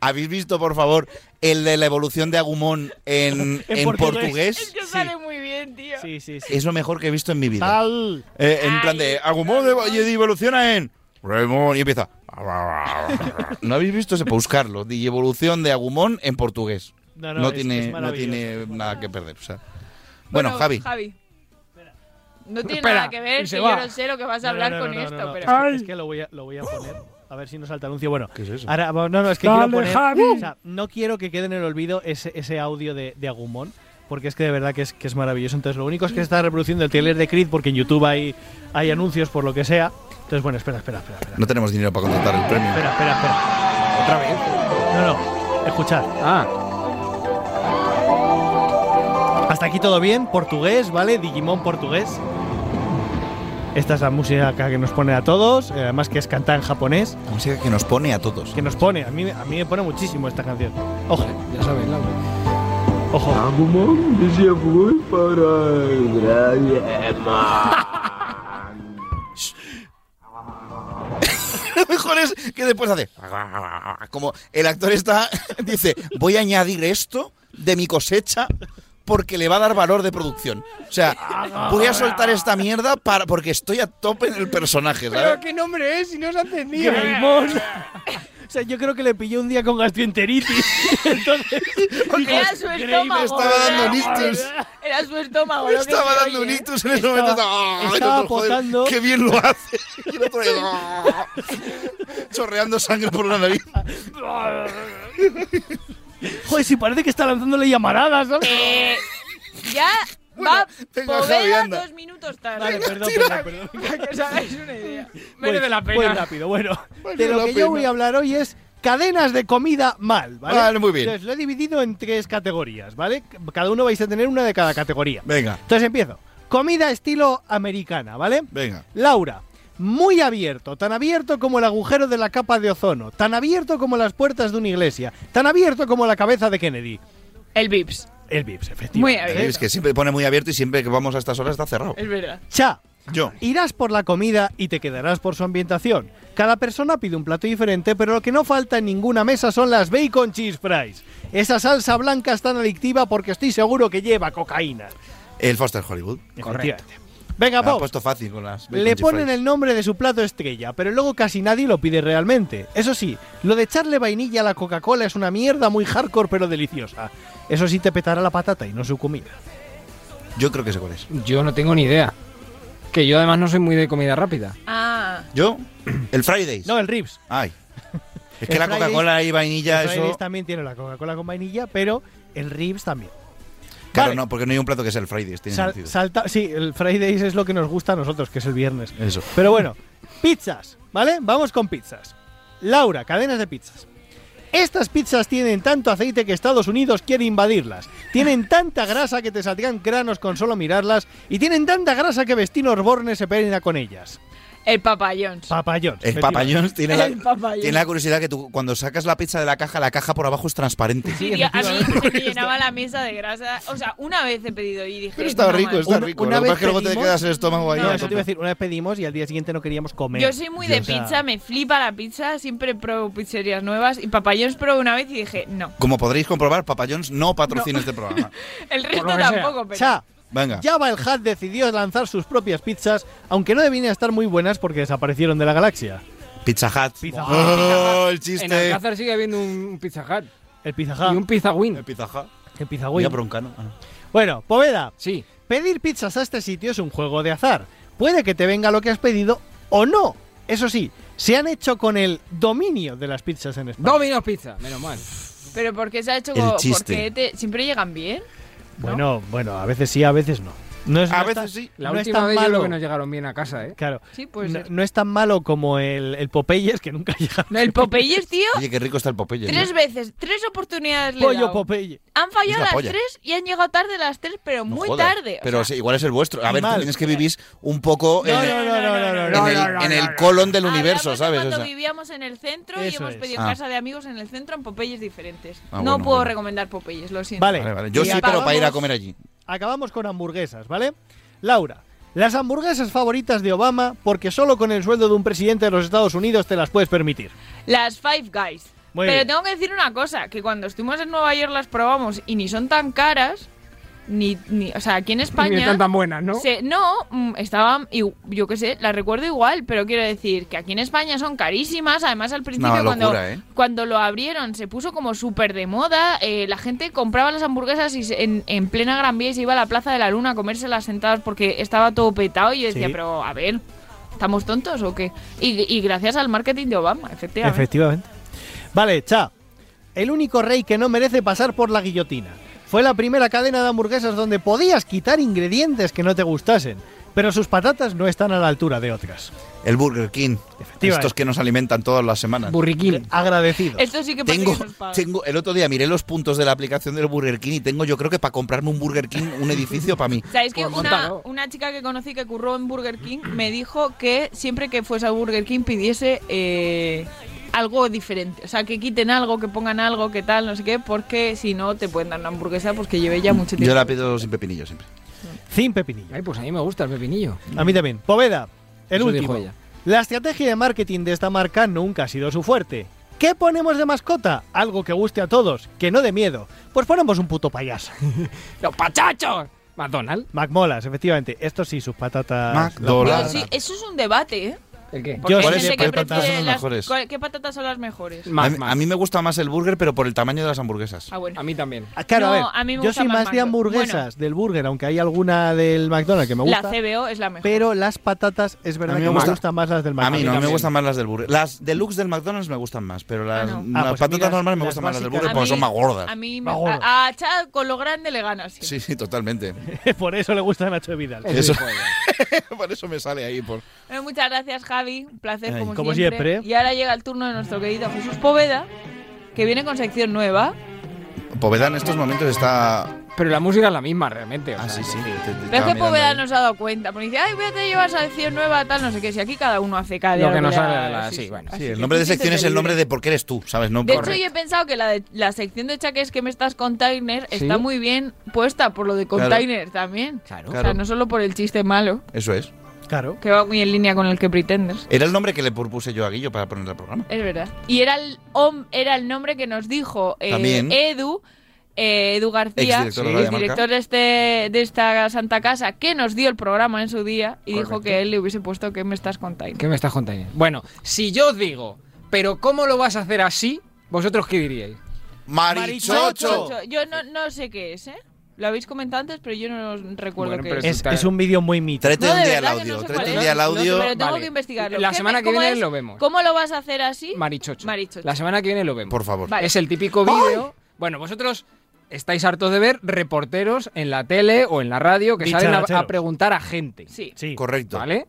B: ¿Habéis visto, por favor, el de la evolución de Agumón en, en portugués?
I: que sale muy bien, tío.
C: Sí, sí,
B: Es lo mejor que he visto en mi
C: Ah,
B: vida.
C: Tal.
B: Eh, en plan de Agumón evo- y evoluciona en Raymond y empieza. ¿No habéis visto ese? Para buscarlo. De evolución de Agumón en portugués.
C: No,
B: No,
C: no, es- es
B: tiene, no
C: maravilloso.
B: tiene nada que perder. o sea. Bueno, Javi.
I: No tiene
C: Espera,
I: nada que ver,
C: y
I: que
C: se
I: yo
C: va.
I: no sé lo que vas a
C: No, no,
I: hablar
C: no,
I: con
C: no, no,
I: esto,
C: no,
I: pero.
C: es que- Es que lo voy a, lo voy a poner. A ver si nos salta anuncio. Bueno,
B: ¿Qué es eso?
C: ahora- no, no, es que
H: Dale,
C: quiero poner.
H: Javi.
C: o sea, no quiero que quede en el olvido ese, ese audio de, de Agumon, porque es que de verdad que es, que es maravilloso. Entonces, lo único es que se está reproduciendo el trailer de Creed, porque en YouTube hay, hay anuncios por lo que sea. Entonces, bueno, espera, espera, espera.
B: No tenemos dinero para contratar el premio.
C: Espera, espera, espera. ¿Otra vez? No, no. Escuchad.
H: Ah.
C: Hasta aquí todo bien. Portugués, ¿vale? Digimon portugués. Esta es la música que nos pone a todos. eh, Además que es cantada en japonés.
B: La música que nos pone a todos.
C: Que nos pone. A mí, a mí me pone muchísimo esta canción. Ojo.
H: Ya sabéis, Laura.
C: Ojo.
J: Ah, Agumon se fue para
B: Lo mejor es que después hace. Como el actor está. Dice: Voy a añadir esto de mi cosecha porque le va a dar valor de producción. O sea, voy a soltar esta mierda para, porque estoy a tope en el personaje, ¿sabes?
H: Pero Ah, qué nombre es, si no se ha entendido.
C: Greymon. O sea, yo creo que le pilló un día con gastroenteritis. Entonces. dijo,
I: Era su
C: "Greymon".
I: estómago.
B: estaba dando
I: ¿verdad?
B: ictus.
I: Era su estómago.
B: Me
I: lo que
B: estaba
I: se
B: dando
I: oye.
B: un ictus en ese momento.
C: Estaba-
B: ¡Ay, el
C: estaba
B: otro, joder,
C: potando.
B: ¡Qué bien lo hace! Y el otro ahí, ¡ah! Chorreando sangre por la nariz.
C: Joder, si parece que está lanzándole llamaradas, ¿sabes?
I: Eh, ya va
B: venga,
I: Poveda
B: Javi, anda.
I: dos minutos tarde.
C: Vale, perdón, perdón, perdón.
I: Para que os hagáis una idea.
H: Merece
C: Pues-
H: la pena.
C: pues rápido, bueno.
H: Merece
C: de lo
H: la
C: que yo
H: pena.
C: voy a hablar hoy es cadenas de comida mal, ¿vale?
B: Vale, muy bien.
C: Entonces lo he dividido en tres categorías, ¿vale? Cada uno vais a tener una de cada categoría.
B: Venga,
C: Entonces empiezo. Comida estilo americana, ¿vale?
B: venga.
C: Laura, muy abierto, tan abierto como el agujero de la capa de ozono, tan abierto como las puertas de una iglesia, tan abierto como la cabeza de Kennedy.
I: El Vips.
C: El Vips, efectivamente.
I: Muy
B: Es
I: abierto.
B: que siempre pone muy abierto y siempre que vamos a estas horas está cerrado.
I: Es verdad.
C: Cha,
B: Yo.
C: Irás por la comida y te quedarás por su ambientación. Cada persona pide un plato diferente, pero lo que no falta en ninguna mesa son las bacon cheese fries. Esa salsa blanca es tan adictiva porque estoy seguro que lleva cocaína.
B: El Foster Hollywood.
C: Efectivamente. Venga,
B: La ha
C: Pop.
B: puesto fácil con las. bacon
C: Le
B: cheese
C: ponen
B: fries.
C: el nombre de su plato estrella, pero luego casi nadie lo pide realmente. Eso sí, lo de echarle vainilla a la Coca-Cola es una mierda muy hardcore pero deliciosa. Eso sí te petará la patata y no su comida.
B: Yo creo que sé cuál es.
H: Yo no tengo ni idea. Que yo además no soy muy de comida rápida.
I: Ah,
B: ¿Yo? El Fridays.
C: No, el Rips.
B: Ay. Es
C: El
B: que la
C: Fridays-
B: Coca-Cola y vainilla,
C: El Fridays
B: eso.
C: también tiene la Coca-Cola con vainilla, pero el Ribs también.
B: Claro,
C: Vale.
B: no, porque no hay un plato que sea el Fridays. Tiene
C: Sal-
B: sentido.
C: salta, sí, el Fridays es lo que nos gusta a nosotros, que es el viernes.
B: Eso.
C: Pero bueno, pizzas, ¿vale? Vamos con pizzas. Laura, cadenas de pizzas. Estas pizzas tienen tanto aceite que Estados Unidos quiere invadirlas. Tienen tanta grasa que te salgan granos con solo mirarlas. Y tienen tanta grasa que Vestino Osborne se peina con ellas.
I: el papayón.
C: Papayón.
B: El papayón tiene la,
I: El papayón.
B: tiene la curiosidad que tú, cuando sacas la pizza de la caja, la caja por abajo es transparente.
I: Sí, tío, a mí se me llenaba la mesa de grasa. O sea, una vez he pedido y dije.
B: Pero está
I: no
B: rico,
I: más.
B: está
C: Una-
B: rico.
C: una
B: Lo que
C: vez
B: pasa es que luego te
C: pedimos-
B: quedas el estómago ahí.
C: No,
B: a
C: eso te
B: tope.
C: iba a decir, una vez pedimos y al día siguiente no queríamos comer.
I: Yo soy muy de pizza, me flipa la pizza, siempre pruebo pizzerías nuevas y papayón probé una vez y dije, no.
B: Como podréis comprobar, Papa John's no patrocina este programa.
I: El resto
H: lo que sea.
I: tampoco, pero.
C: Cha,
B: Venga.
C: Ah. Java el Hutt decidió lanzar sus propias pizzas, aunque no debían estar muy buenas porque desaparecieron de la galaxia.
B: Pizza Hut.
C: Pizza Hut.
B: Oh, el
H: En
B: chiste.
H: Alcázar sigue habiendo un Pizza Hut
C: El Pizza
H: y
C: Hut,
H: un Pizza Win.
B: Pizza Hut.
C: Ah. el Pizza Wing.
B: Mira, broncano. Ah, no.
C: Bueno, Poveda,
H: Sí.
C: pedir pizzas a este sitio es un juego de azar. Puede que te venga lo que has pedido o no. Eso sí, se han hecho con el dominio de las pizzas en España.
H: Domino's Pizza, menos mal.
I: Pero ¿por qué se ha hecho
B: El
I: como-
B: chiste.
I: porque te- siempre llegan bien?
C: Bueno, bueno, a veces sí, a veces no. No es,
B: A
C: no es tan-
B: veces sí.
H: La
C: no es
H: última
C: tan
H: vez yo
C: malo.
H: creo que nos llegaron bien a casa, ¿eh?
C: Claro.
I: Sí, puede
C: no,
I: ser.
C: no pues es tan malo como el, el Popeyes, que nunca llega.
I: El Popeyes, tío,
B: Oye, qué rico está el Popeye.
I: tres veces, tres oportunidades le he
C: Pollo
I: dado.
C: Popeye.
I: Han fallado
B: Es la
I: las
B: polla.
I: tres y han llegado tarde las tres, pero
B: No
I: muy
B: jodas.
I: tarde. o
B: Pero sí,
I: sea,
B: igual es el vuestro. A ver,
C: mal.
B: también es que vivís un poco
C: No,
B: en,
C: no, no, no, no, no,
B: en
C: no,
B: el,
C: no, no,
B: en el
C: no.
B: colon del universo,
I: hablamos de
B: ¿sabes? O
I: Cuando
B: sea,
I: vivíamos en el centro y
C: Eso
I: hemos
C: es.
I: pedido
B: Ah.
I: casa de amigos en el centro en Popeyes diferentes.
B: Ah,
I: no
B: bueno,
I: puedo
B: bueno.
I: recomendar Popeyes, lo siento.
C: Vale.
B: vale, vale. Yo
C: Y
B: sí, pero para ir a
C: acabamos-
B: comer allí.
C: Acabamos con hamburguesas, ¿vale? Laura, Las hamburguesas favoritas de Obama, porque solo con el sueldo de un presidente de los Estados Unidos te las puedes permitir.
I: Las Five Guys.
C: Muy
I: Pero
C: bien.
I: tengo que decir una cosa, que cuando estuvimos en Nueva York las probamos y ni son tan caras, ni, ni- o sea, aquí en España...
H: Ni están tan buenas, ¿no?
I: se- no, mm, estaban, igu- yo qué sé, las recuerdo igual, pero quiero decir que aquí en España son carísimas, además al principio
B: Una
I: cuando,
B: locura, ¿eh?
I: cuando lo abrieron se puso como súper de moda, eh, la gente compraba las hamburguesas y se- en, en plena Gran Vía y se iba a la Plaza de la Luna a comérselas sentadas porque estaba todo petado y yo decía,
C: Sí.
I: pero a ver, ¿estamos tontos o qué? Y, y gracias al marketing de Obama, efectivamente.
C: Efectivamente. Vale, cha. El único rey que no merece pasar por la guillotina. Fue la primera cadena de hamburguesas donde podías quitar ingredientes que no te gustasen, pero sus patatas no están a la altura de otras.
B: El Burger King. Estos que nos alimentan todas las semanas.
H: Burriquín.
C: Agradecido.
I: Esto sí que pasa
B: Tengo,
I: que nos pagan.
B: tengo, el otro día miré los puntos de la aplicación del Burger King y tengo, yo creo que para comprarme un Burger King, un edificio para mí.
I: ¿Sabéis que
B: Pues
I: una,
B: montalo.
I: una chica que conocí que curró en Burger King me dijo que siempre que fuese a Burger King pidiese eh, algo diferente? O sea, que quiten algo, que pongan algo, que tal, no sé qué, porque si no te pueden dar una hamburguesa pues que lleve ya mucho tiempo.
B: Yo la pido sin pepinillo siempre.
C: Sin pepinillo.
H: Ay, pues a mí me gusta el pepinillo.
C: A mí también. Poveda, el
H: Eso dijo
C: último.
H: ella.
C: La estrategia de marketing de esta marca nunca ha sido su fuerte. ¿Qué ponemos de mascota? Algo que guste a todos, que no dé miedo. Pues ponemos un puto payaso.
H: ¡Los pachachos! McDonald's.
C: McMolas, efectivamente. Esto sí, sus patatas.
I: Pero
C: McDonald's.
I: sí, eso es un debate, ¿eh?
H: ¿El qué?
I: Porque
C: Yo
I: hay
C: sé
I: gente
C: que
I: que
C: cuáles patatas
I: prefiere
B: son las mejores.
I: cuál- ¿Qué patatas son las
H: Pues,
I: mejores?
B: a, mí, a mí me gusta más el burger, pero por el tamaño de las hamburguesas.
I: Ah, bueno.
H: A mí también.
C: Ah, Claro, a
I: No,
C: ver,
I: a mí me
C: yo
I: gusta
C: soy
I: más
C: más de
I: McDo-
C: hamburguesas del burger, aunque hay alguna del McDonald's que me
I: La
C: gusta.
I: CBO es la mejor.
C: pero las patatas es verdad
B: A mí
C: que
B: me
C: me
B: gusta.
C: gustan más las del
B: A
C: McDonald's.
B: mí no, me gustan más las del burger. Las deluxe del McDonald's me gustan más, pero las,
I: Ah,
B: las
C: Ah, pues
B: patatas
C: mira,
B: normales me
C: las
B: gustan más las del
C: básicas.
B: burger porque son más gordas.
I: A mí me,
C: Más gordas.
I: a, a Chad con lo grande le ganas. siempre.
B: Sí, sí, totalmente.
C: Por eso le gusta a Nacho de Vidal.
B: Eso. por eso me sale ahí. Por...
I: Bueno, muchas gracias, Javi. Un placer,
C: Ay,
I: como,
C: como
I: siempre.
C: siempre.
I: Y ahora llega el turno de nuestro querido Jesús Poveda, que viene con sección nueva.
B: Poveda en estos momentos está...
H: Pero la música es la misma realmente.
B: Ah, sí, sí. te- te
I: Pero es
B: estaba
I: que
B: mirando
I: Poveda
B: ahí.
I: nos ha dado cuenta. Porque dice, ay, voy a tener llevar sección nueva, tal, no sé qué. Si aquí cada uno hace cada
H: Lo que nos
I: día-
H: sale de la... Sí, bueno.
B: Sí, el nombre de sección es el nombre de por qué eres tú, ¿sabes? No
I: De
B: por-
I: hecho, yo he pensado que la, de- la sección de chaques que me estás container
B: Sí.
I: está muy bien puesta por lo de
B: Claro.
I: container también.
H: Claro.
I: O sea,
B: Claro.
I: no solo por el chiste malo,
B: Eso es.
C: Claro.
I: que va muy en línea con el que pretendes.
B: Era el nombre que le propuse yo a Guillo para poner el programa.
I: Es verdad. Y era el, hom- era el nombre que nos dijo eh,
B: También.
I: Edu, eh, Edu García,
B: Exdirector de Radio Marca.
I: director de, este, de esta Santa Casa, que nos dio el programa en su día y dijo
H: Correcto.
I: que él le hubiese puesto que me estás contando.
H: ¿Qué me estás contando? Bueno, si yo os digo, pero ¿cómo lo vas a hacer así? ¿Vosotros qué diríais?
B: ¡Marichocho!
I: Chocho, Yo no, no sé qué es, ¿eh? Lo habéis comentado antes, pero yo no recuerdo
H: Bueno,
I: qué
H: pero
I: es.
C: Es,
H: Resulta-
C: es un vídeo muy mítico.
B: Tráete
I: No,
B: un
I: de
B: día el
I: verdad que no
B: audio,
I: sé
B: tréte
I: cuál
B: un
I: es.
B: día el
I: No sé,
B: audio.
I: pero tengo
H: Vale.
I: que investigarlo.
H: La
I: ¿Qué
H: semana
I: me-
H: que
I: cómo
H: viene
I: es?
H: lo vemos.
I: ¿Cómo lo vas a hacer así?
H: Marichocho.
I: Marichocho.
H: La semana que viene lo vemos.
B: Por favor.
I: Vale.
H: Es el típico vídeo. Bueno, vosotros estáis hartos de ver reporteros en la tele o en la radio que salen a,
C: Dicharacheros.
H: a preguntar a gente.
I: Sí.
C: Sí.
B: Correcto.
H: ¿Vale?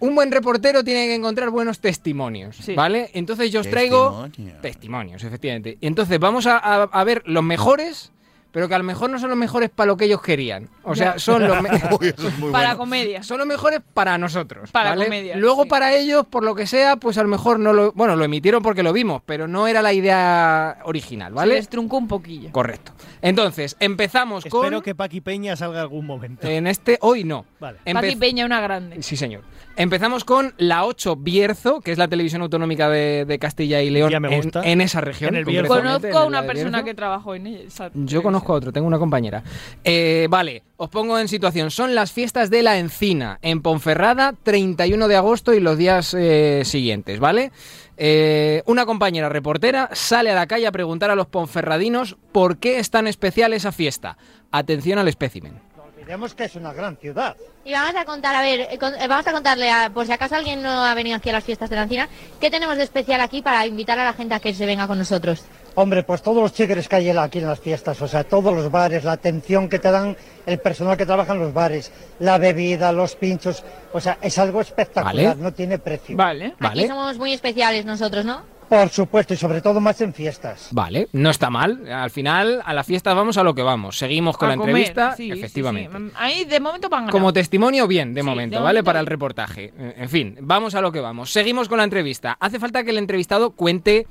H: Un buen reportero tiene que encontrar buenos testimonios.
I: Sí.
H: ¿Vale? Entonces yo os traigo.
B: Testimonio.
H: Testimonios, efectivamente. Y entonces vamos a, a- a ver los mejores, pero que a lo mejor no son los mejores para lo que ellos querían. O sea,
I: Ya.
H: son los, me-
B: Uy, eso es muy
I: Para
B: bueno.
I: comedia.
H: son los mejores para nosotros.
I: Para
H: ¿vale?
I: comedia,
H: Luego
I: sí.
H: para ellos, por lo que sea, pues a lo mejor no lo. Bueno, lo emitieron porque lo vimos, pero no era la idea original,
I: Se
H: ¿vale?
I: les truncó un poquillo.
H: Correcto. Entonces, empezamos
C: Espero
H: con.
C: que Paqui Peña salga algún
B: Eh,
C: momento.
H: En este. Hoy no.
C: Vale.
H: Empe-
I: Paqui Peña, una grande.
H: Sí, señor. Empezamos con la 8 Bierzo, que es la televisión autonómica de, de Castilla y León
C: Ya me
H: en-
C: gusta.
H: En, esa región.
C: En el Bierzo.
H: concretamente, en
I: Conozco a
H: la
I: una
H: de
I: persona
H: Bierzo.
I: que trabajó en ella. esa
H: Yo conozco a otro, tengo una compañera. Eh, vale, os pongo en situación. Son las fiestas de la encina en Ponferrada, 31 de agosto y los días eh, siguientes, ¿vale? Eh, una compañera reportera sale a la calle a preguntar a los ponferradinos por qué es tan especial esa fiesta. Atención al espécimen.
C: Olvidemos que es una gran ciudad.
G: Y vamos a contar, a ver, eh, con- eh, vamos a contarle, a- por si acaso alguien no ha venido aquí a las fiestas de la encina, ¿qué tenemos de especial aquí para invitar a la gente a que se venga con nosotros?
K: Hombre, pues todos los chigres que hay aquí en las fiestas, o sea, todos los bares, la atención que te dan el personal que trabaja en los bares, la bebida, los pinchos, o sea, es algo espectacular,
H: Vale.
K: no tiene precio.
I: Vale.
G: Aquí
H: ¿Vale?
G: somos muy especiales nosotros, ¿no?
K: Por supuesto, y sobre todo más en fiestas.
H: Vale, no está mal. Al final, a la fiesta vamos a lo que vamos. Seguimos con
I: A
H: la
I: comer,
H: entrevista.
I: sí, sí,
H: efectivamente.
I: sí. mm, Ahí de momento van ganando.
H: Como testimonio, bien, de
I: Sí,
H: momento,
I: de
H: ¿vale?
I: momento
H: Para
I: bien.
H: el reportaje. Eh, En fin, vamos a lo que vamos. Seguimos con la entrevista. Hace falta que el entrevistado cuente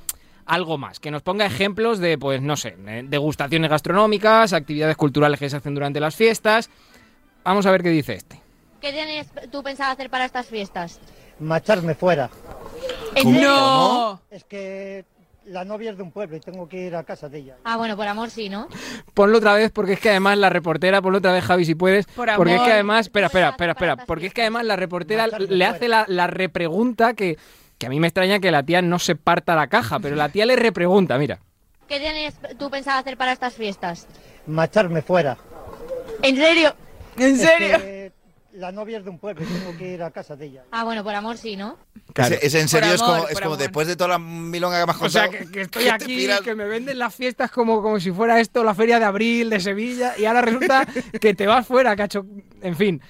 H: algo más, que nos ponga ejemplos de, pues, no sé, eh, degustaciones gastronómicas, actividades culturales que se hacen durante las fiestas. Vamos a ver qué dice este.
G: ¿qué tienes tú pensado hacer para estas fiestas?
K: Macharme fuera.
G: ¿En serio? ¡No!
K: Es que la novia es de un pueblo y tengo que ir a casa de ella.
G: Ah, bueno, por amor sí, ¿no?
H: Ponlo otra vez porque es que además la reportera, ponlo otra vez Javi si puedes,
G: Por amor.
H: porque es que además, espera, espera, espera, espera, porque es que además la reportera le hace la, la repregunta que, que a mí me extraña que la tía no se parta la caja, pero la tía le repregunta, mira.
G: ¿Qué tienes tú pensado hacer para estas fiestas?
K: Macharme fuera.
G: ¿En serio?
K: Es que la novia es de un pueblo y tengo que ir a casa de ella.
G: Ah, bueno, por amor sí, ¿no?
B: Es, es en serio,
H: Por
B: es como,
H: amor,
B: es
H: por
B: como
H: amor.
B: después de toda la milonga que me has
H: O sea,
B: contado.
H: que, que estoy
B: te
H: aquí,
B: piras?
H: que me venden las fiestas como, como si fuera esto la feria de abril de Sevilla y ahora resulta que te vas fuera, cacho. En fin,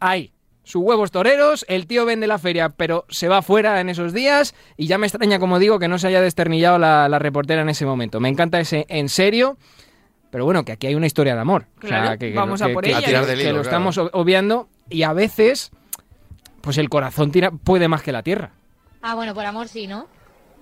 H: ahí. Sus huevos toreros, el tío vende la feria, pero se va fuera en esos días y ya me extraña, como digo, que no se haya desternillado la, la reportera en ese momento. Me encanta ese en serio, pero bueno, que aquí hay una historia de amor. O sea,
I: Claro,
H: que, que-
I: vamos a
H: que-
I: por
H: que-
I: ella.
H: que-
I: A tirar
H: que
I: del hilo,
H: lo
I: claro.
H: estamos ob- obviando y a veces, pues el corazón tira, puede más que la tierra.
G: Ah, bueno, por amor sí, ¿no?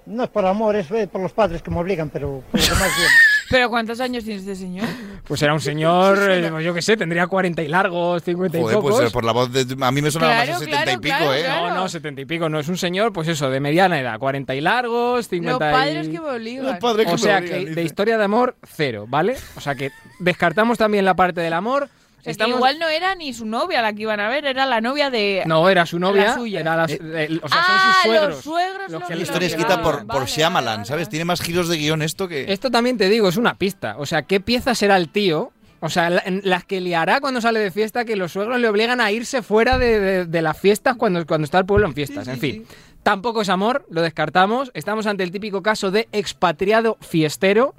K: No es por amor, es eh, por los padres que me obligan, pero por lo demás bien.
I: ¿Pero cuántos años tiene este señor?
H: Pues era un señor, eh, pues yo qué sé, tendría 40 y largos, 50 y
B: Joder,
H: pocos.
B: pues eh, por la voz de. A mí me sonaba
I: Claro,
B: más de 70 y
I: claro,
B: pico,
I: claro,
B: ¿eh?
I: claro.
H: No, no, 70 y pico, no es un señor, pues eso, de mediana edad, 40 y largos, 50
I: Los
H: y-
I: padres que me obligan.
H: o sea que de historia de amor, cero, ¿vale? O sea que descartamos también la parte del amor.
I: O sea, que
H: Estamos-
I: Igual no era ni su novia la que iban a ver, era la novia de...
H: No, era su novia.
I: La suya.
H: era las- eh, o sea, son
I: ah,
H: sus suegros.
I: los suegros.
H: Los
I: los
H: que
B: La
H: le
B: historia es
H: obligaban.
B: escrita por, por Shyamalan, ¿sabes? Tiene más giros de guión esto que.
H: Esto también te digo, es una pista. O sea, ¿qué pieza será el tío? O sea, la- en las que liará cuando sale de fiesta, que los suegros le obligan a irse fuera de, de- de las fiestas cuando, cuando está el pueblo en fiestas. En fin, tampoco es amor, lo descartamos. Estamos ante el típico caso de expatriado fiestero.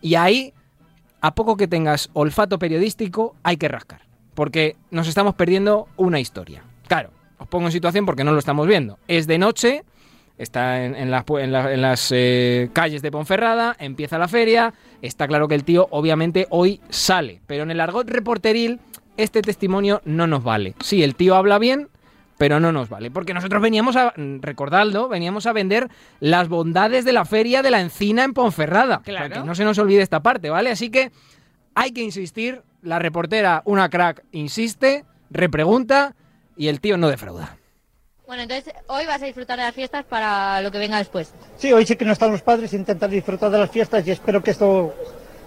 H: Y ahí, a poco que tengas olfato periodístico, hay que rascar. Porque nos estamos perdiendo una historia. Claro, os pongo en situación porque no lo estamos viendo. Es de noche, está en, en las, pu- en la- en las, eh, calles de Ponferrada, empieza la feria, está claro que el tío obviamente hoy sale, pero en el argot reporteril este testimonio no nos vale. Sí, el tío habla bien, pero no nos vale, porque nosotros veníamos a, mm, recordadlo, veníamos a vender las bondades de la feria de la encina en Ponferrada. O sea,
I: Claro.
H: que no se nos olvide esta parte, ¿vale? Así que hay que insistir, la reportera, una crack, insiste, repregunta y el tío no defrauda.
G: Bueno, entonces hoy vas a disfrutar de las fiestas para lo que venga después.
K: Sí, hoy sí que no están los padres, intentar disfrutar de las fiestas y espero que esto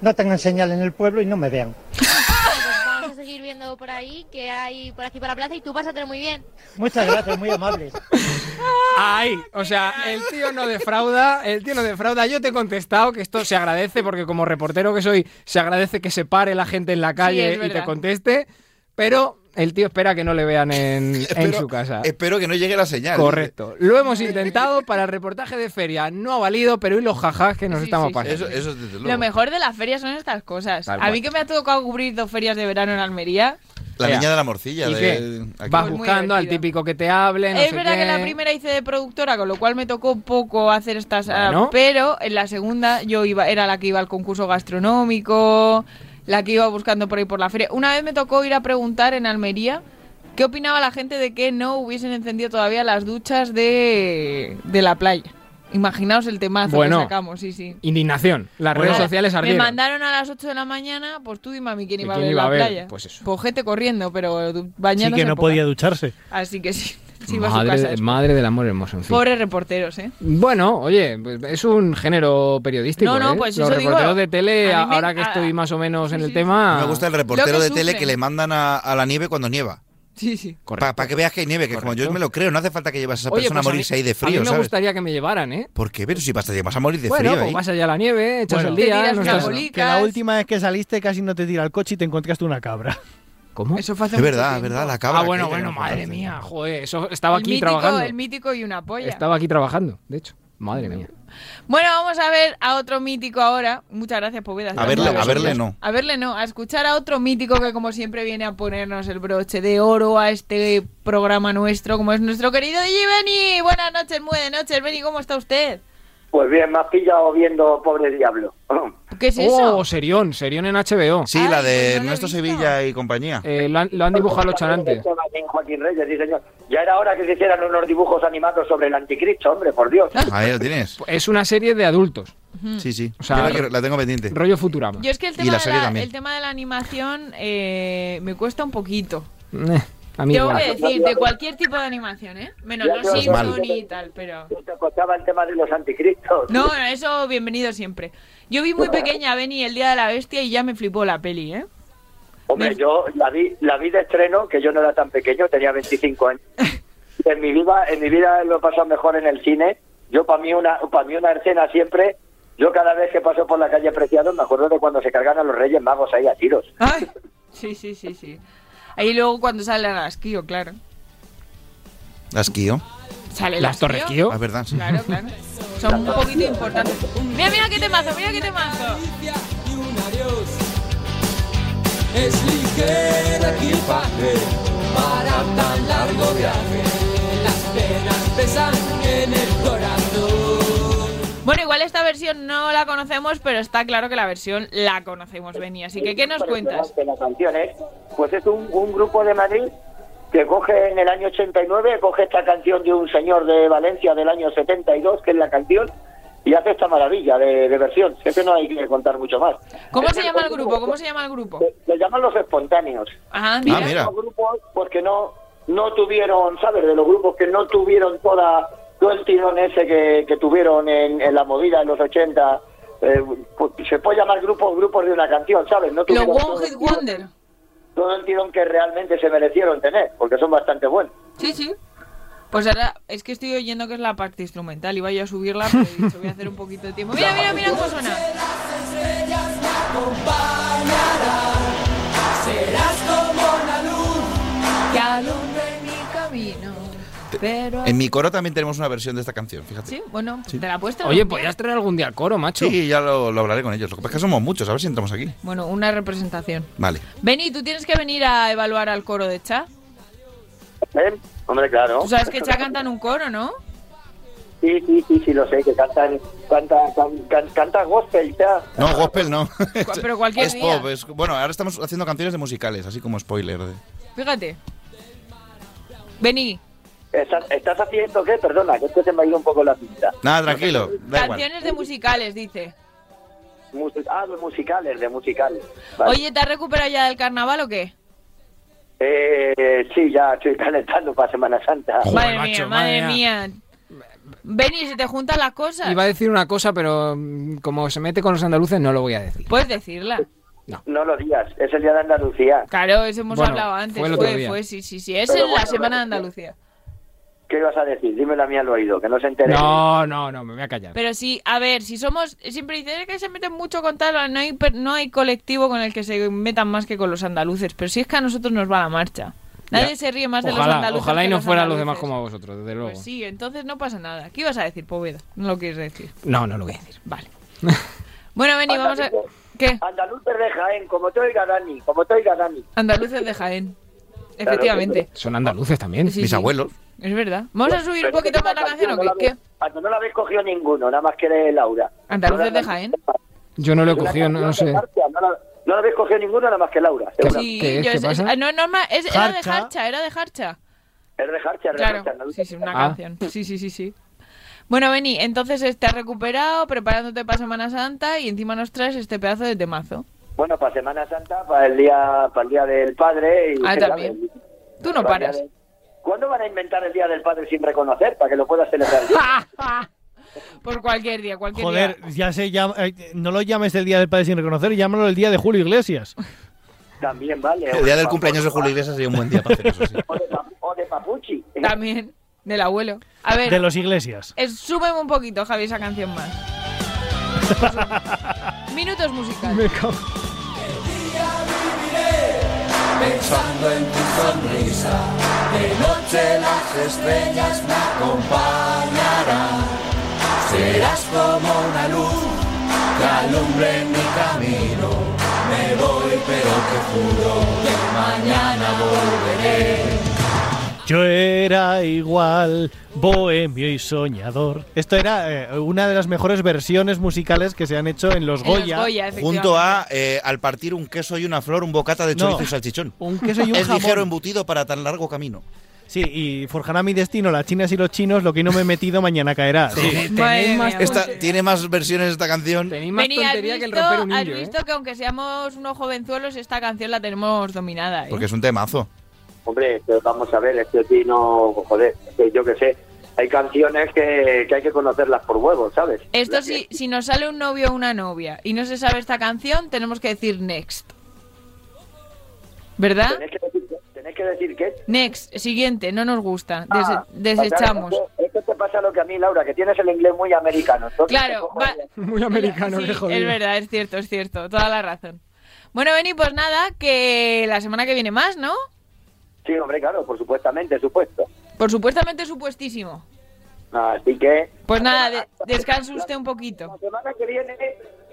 K: no tengan señal en el pueblo y no me vean.
G: Vamos a seguir viendo por ahí, que hay por aquí por la plaza y tú pásatelo muy bien.
K: Muchas gracias, muy amables.
H: Ahí, o sea, el tío no defrauda, el tío no defrauda. Yo te he contestado que esto se agradece porque como reportero que soy, se agradece que se pare la gente en la
I: es
H: calle y
I: verdad.
H: te conteste, pero el tío espera que no le vean en, en su casa.
B: Espero que no llegue la señal.
H: Correcto. Lo hemos intentado para el reportaje de feria, no ha valido, pero y los jajás que nos estamos pasando.
B: Eso, eso desde luego.
I: Lo mejor de las ferias son estas cosas.
H: Tal
I: A
H: cual.
I: mí que me ha tocado cubrir dos ferias de verano en Almería.
B: La
H: Ea.
B: niña de la morcilla.
H: ¿Y
B: de-
H: qué? Vas
B: aquí.
I: Pues muy
H: buscando al típico que te hable, no
I: es
H: sé
I: verdad que
H: qué.
I: la primera hice de productora, con lo cual me tocó poco hacer estas. ah,
H: Bueno.
I: Pero en la segunda yo iba, era la que iba al concurso gastronómico, la que iba buscando por ahí por la feria. Una vez me tocó ir a preguntar en Almería qué opinaba la gente de que no hubiesen encendido todavía las duchas de, de la playa. Imaginaos el temazo
H: Bueno.
I: que sacamos, sí, sí.
H: Indignación. Las redes
I: Vale,
H: sociales
I: Me
H: ardieron.
I: mandaron a las 8 de la mañana, pues tú dime a mí quién
H: ¿Y
I: iba
H: quién
I: a ver
H: iba
I: la
H: a ver?
I: playa.
H: Pues eso.
I: Pues gente corriendo, pero du-
C: Sí
I: bañándose
C: que no
I: poca.
C: podía ducharse.
I: Así que sí, sí iba a su casa
H: Madre,
I: después.
H: madre del amor hermoso, en fin.
I: Pobres reporteros, ¿eh?
H: Bueno, oye, pues es un género periodístico.
I: No, no,
H: ¿eh?
I: pues
H: Los
I: eso digo,
H: reporteros de tele,
I: a mí me-
H: ahora que
I: a-
H: estoy más o menos en el tema.
B: Me gusta el reportero de tele que le mandan a, a la nieve cuando nieva.
I: Sí, sí.
B: Para que veas que hay nieve, que como yo me lo creo, no hace falta que llevas a esa
H: Oye,
B: persona
H: pues
B: a morirse
H: mí-
B: ahí de frío,
H: A mí me
B: ¿sabes?
H: gustaría que me llevaran, ¿eh?
B: ¿Por qué? Pero si vas a, vas a morir de
H: Bueno,
B: frío ¿eh?
H: pues
B: ahí.
H: vas allá a la nieve, echas
C: Bueno.
H: el
C: Te
H: día.
I: tiras
H: no
I: unas
H: estás-
I: bolitas.
C: Que la última vez que saliste casi no te tira el coche y te encontraste una cabra.
H: ¿Cómo?
I: Eso fue hace
B: Es
I: mucho
B: verdad, es
I: tiempo.
B: verdad, la cabra.
H: Ah, bueno,
B: aquella que
H: bueno,
B: nos
H: madre
B: contaste.
H: mía, joder, eso estaba
I: el
H: aquí
I: mítico,
H: trabajando.
I: El mítico y una polla.
H: Estaba aquí trabajando, de hecho. Madre mía.
I: Bueno, vamos a ver a otro mítico ahora. Muchas gracias, Poveda.
B: A verle- a verle no.
I: A verle no, a escuchar a otro mítico que como siempre viene a ponernos el broche de oro a este programa nuestro, como es nuestro querido DJ Benny. Buenas noches, muy de noches, Benny, ¿cómo está usted?
E: Pues bien, me has pillado viendo Pobre Diablo.
I: ¿Qué es eso?
H: Oh, Serión, Serión en HBO.
B: Sí, la de Nuestro Sevilla y compañía.
H: Eh, lo, han, lo han dibujado los chanantes.
E: Joaquín- Joaquín Reyes, sí, señor. Ya era hora que se hicieran unos dibujos animados sobre el anticristo, hombre, por Dios.
B: Ahí lo tienes.
H: Es una serie de adultos.
B: Sí, sí.
H: Pues, sea,
B: Yo la, quiero- la tengo pendiente.
H: Rollo Futurama.
I: Yo es que el
B: Y
I: tema,
B: la
I: de
B: serie
I: la,
B: también.
I: el tema de la animación eh, me cuesta un poquito.
H: Eh, A mí
I: Yo voy
H: igual.
I: a decir, de cualquier tipo de animación, ¿eh? Menos
E: Ya,
I: los
E: no, es
I: Simpson
E: mal.
I: y tal, pero...
E: Te contaba el tema de los anticristos.
I: No, no, eso bienvenido siempre. Yo vi muy pequeña a Benny el Día de la Bestia y ya me flipó la peli, ¿eh?
E: Hombre, yo la vi, la vi de estreno, que yo no era tan pequeño, tenía 25 años. En mi vida, en mi vida lo he pasado mejor en el cine. Yo para mí una, para mí una escena siempre. Yo cada vez que paso por la calle Preciado me acuerdo de cuando se cargan a los Reyes Magos ahí a tiros.
I: Sí, sí, sí, sí. Ahí luego cuando sale el asquío, claro.
B: Las Kio.
I: Sale el asquío.
B: Ah, verdad, sí.
I: Claro, claro. Son un poquito importantes. Mira, mira qué temazo, mira qué temazo.
J: Es ligera equipaje para tan largo viaje. Las penas pesan en el corazón.
I: Bueno, igual esta versión no la conocemos, pero está claro que la versión la conocemos, Benny. Así que, ¿qué nos cuentas?
E: De las canciones, pues es un, un grupo de Madrid que coge en el año 89, coge esta canción de un señor de Valencia del año 72, que es la canción, y hace esta maravilla de, de versión. Sé que no hay que contar mucho más.
I: ¿Cómo se llama el grupo? ¿Cómo se llama el grupo?
E: Le llaman los espontáneos.
I: Ah, mira.
E: Los grupos porque no, no tuvieron, ¿sabes? De los grupos que no tuvieron toda, todo el tirón ese que, que tuvieron en, en la movida en los 80. eh, pues, se puede llamar grupos grupos de una canción, ¿sabes? No
I: Los
E: tuvieron todo,
I: One Hit Wonder.
E: todo el tirón que realmente se merecieron tener, porque son bastante buenos.
I: Sí, sí. Pues ahora es que estoy oyendo que es la parte instrumental. Iba yo a subirla, pero he dicho, voy a hacer un poquito de tiempo. Mira, mira, mira cómo suena.
J: Serás como la luz
I: Que alumbre mi camino. Pero.
B: En mi coro también tenemos una versión de esta canción, fíjate.
I: Sí, bueno, te la puesto.
B: Oye, pues
H: podrías traer algún día al coro, macho.
B: Sí, ya lo, lo hablaré con ellos. Lo que pasa es que somos muchos, a ver si entramos aquí.
I: Bueno, una representación.
B: Vale.
I: Beni, tú tienes que venir a evaluar al coro de Cha.
E: ¿Eh? Hombre, claro.
I: Tú sabes que Cha canta en un coro, ¿no?
E: Sí, sí, sí, sí, lo sé, que cantan, canta, can- can- canta gospel ya.
B: No, gospel no.
I: pero cualquier
B: es
I: día.
B: pop. es- bueno, ahora estamos haciendo canciones de musicales, así como spoiler. de-
I: Fíjate. Beni,
E: ¿Estás, estás haciendo qué? Perdona, que es que se me ha ido un poco la pinta.
B: Nada, tranquilo, da igual.
I: canciones de musicales, dice.
E: Musi- ah, de musicales, de musicales. Vale.
I: Oye, ¿te has recuperado ya del carnaval o qué?
E: Eh, sí, ya estoy calentando para Semana Santa.
I: madre mía, madre mía. Beni, se te juntan las cosas.
H: Iba a decir una cosa, pero mm, como se mete con los andaluces, no lo voy a decir.
I: Puedes decirla.
E: No lo digas, es el día de Andalucía.
I: Claro, eso hemos
H: Bueno,
I: hablado antes.
H: fue el
I: Fue,
H: otro
I: fue,
H: día.
I: sí, sí, sí. Es
E: Pero
I: en la
E: bueno,
I: Semana de Andalucía.
E: ¿Qué ibas a decir? Dímelo a mí al oído, que no se entere.
H: No, no, no, me voy a callar.
I: Pero sí, a ver, si somos. Siempre dicen "Es que se meten mucho con tal. No hay, per- no hay colectivo con el que se metan más que con los andaluces. Pero si es que a nosotros nos va la marcha. Nadie
H: Ya.
I: se ríe más de los
H: Ojalá-
I: andaluces.
H: Ojalá y
I: que
H: no
I: los
H: fueran los demás
I: andaluces.
H: como a vosotros, desde luego.
I: Pues sí, entonces no pasa nada. ¿Qué ibas a decir, Poveda? No lo quieres decir.
H: No, no lo voy a decir.
I: Vale. Bueno, Beni, vamos a. ¿Qué?
E: Andaluces de Jaén, como te oiga Dani, como te oiga Dani.
I: Andaluces de Jaén. Efectivamente.
H: Son andaluces también,
I: Sí, Mis sí. abuelos. Es verdad. Vamos a subir
E: Pero
I: un
E: es que
I: poquito más
E: esta
I: la canción o
E: no la
I: qué? ¿Qué?
E: habéis- ah, No la habéis cogido ninguno, nada más que de Laura.
I: Andaluces de Jaén.
H: Yo no lo he cogido, no, no sé.
E: Marcia, No la, no la habéis cogido ninguno, nada más que Laura. seguro.
I: Sí,
H: ¿Qué es?
I: yo
H: ¿Qué
I: es-
H: pasa?
I: es- no, no, ma- es- era de
H: Jarcha.
I: Harcha, era de Harcha.
E: Es de Harcha, es de
I: Claro,
E: Harcha, Andaluces
I: sí, sí,
E: de
I: una
H: Ah.
E: Jaén.
I: canción. Sí, sí, sí, sí. Bueno, Beni, entonces eh, te has recuperado, preparándote para Semana Santa y encima nos traes este pedazo de temazo.
E: Bueno, para Semana Santa, para el día, para el día del padre. Y,
I: Ah,
E: ¿sabes?
I: también. Tú no
E: Para el día
I: paras.
E: de- ¿Cuándo van a inventar el día del padre sin reconocer para que lo puedas celebrar?
I: Por cualquier día, cualquier
C: Joder,
I: día.
C: ya sé, ya- eh, no lo llames el Día del Padre sin reconocer, llámalo el Día de Julio Iglesias.
E: También vale.
B: El día del cumpleaños de Julio Iglesias sería un buen día para hacer eso, sí.
E: O de Papuchi.
I: También, del abuelo. A ver,
C: De los Iglesias.
I: es- súbeme un poquito, Javi, esa canción más. Minutos musicales.
J: Pensando en tu sonrisa, de noche las estrellas me acompañarán. Serás como una luz que alumbre mi camino. Me voy, pero te juro que mañana volveré.
C: Yo era igual, bohemio y soñador. Esto era eh, una de las mejores versiones musicales que se han hecho en los
I: En los
C: Goya.
I: Goya, efectivamente.
B: Junto a, eh, al partir un queso y una flor, un bocata de chorizo
C: No.
B: y salchichón.
C: Un queso y un
B: Es
C: jamón.
B: ligero embutido para tan largo camino.
C: Sí, y forjará mi destino, las chinas y los chinos, lo que no me he metido mañana caerá. Sí.
I: Madre mía,
B: Esta-
I: pues-
B: tiene más versiones esta canción.
I: Vení, ¿has visto- Has
H: ¿eh?
I: visto que aunque seamos unos jovenzuelos, esta canción la tenemos dominada. ¿eh?
B: Porque es un temazo.
E: Hombre, pero vamos a ver, es que a ti no, joder, es que yo qué sé, hay canciones que, que hay que conocerlas por huevos, ¿sabes?
I: Esto si, si nos sale un novio o una novia y no se sabe esta canción, tenemos que decir next. ¿Verdad?
E: Tenés que decir, tenés que decir que
I: Next, siguiente, no nos gusta, des-
E: Ah,
I: desechamos.
E: claro, Es que, es que te pasa lo que a mí, Laura, que tienes el inglés muy americano. entonces te
I: Claro,
E: cojo
I: va-
E: el-
H: Muy americano,
I: Sí,
H: qué jodido.
I: es verdad, es cierto, es cierto, toda la razón. Bueno, Beni, pues nada, que la semana que viene más, ¿no?
E: Sí, hombre, claro, por supuestamente, supuesto.
I: Por supuestamente supuestísimo.
E: Así que
I: Pues nada, de- descanse usted un poquito.
E: la semana que viene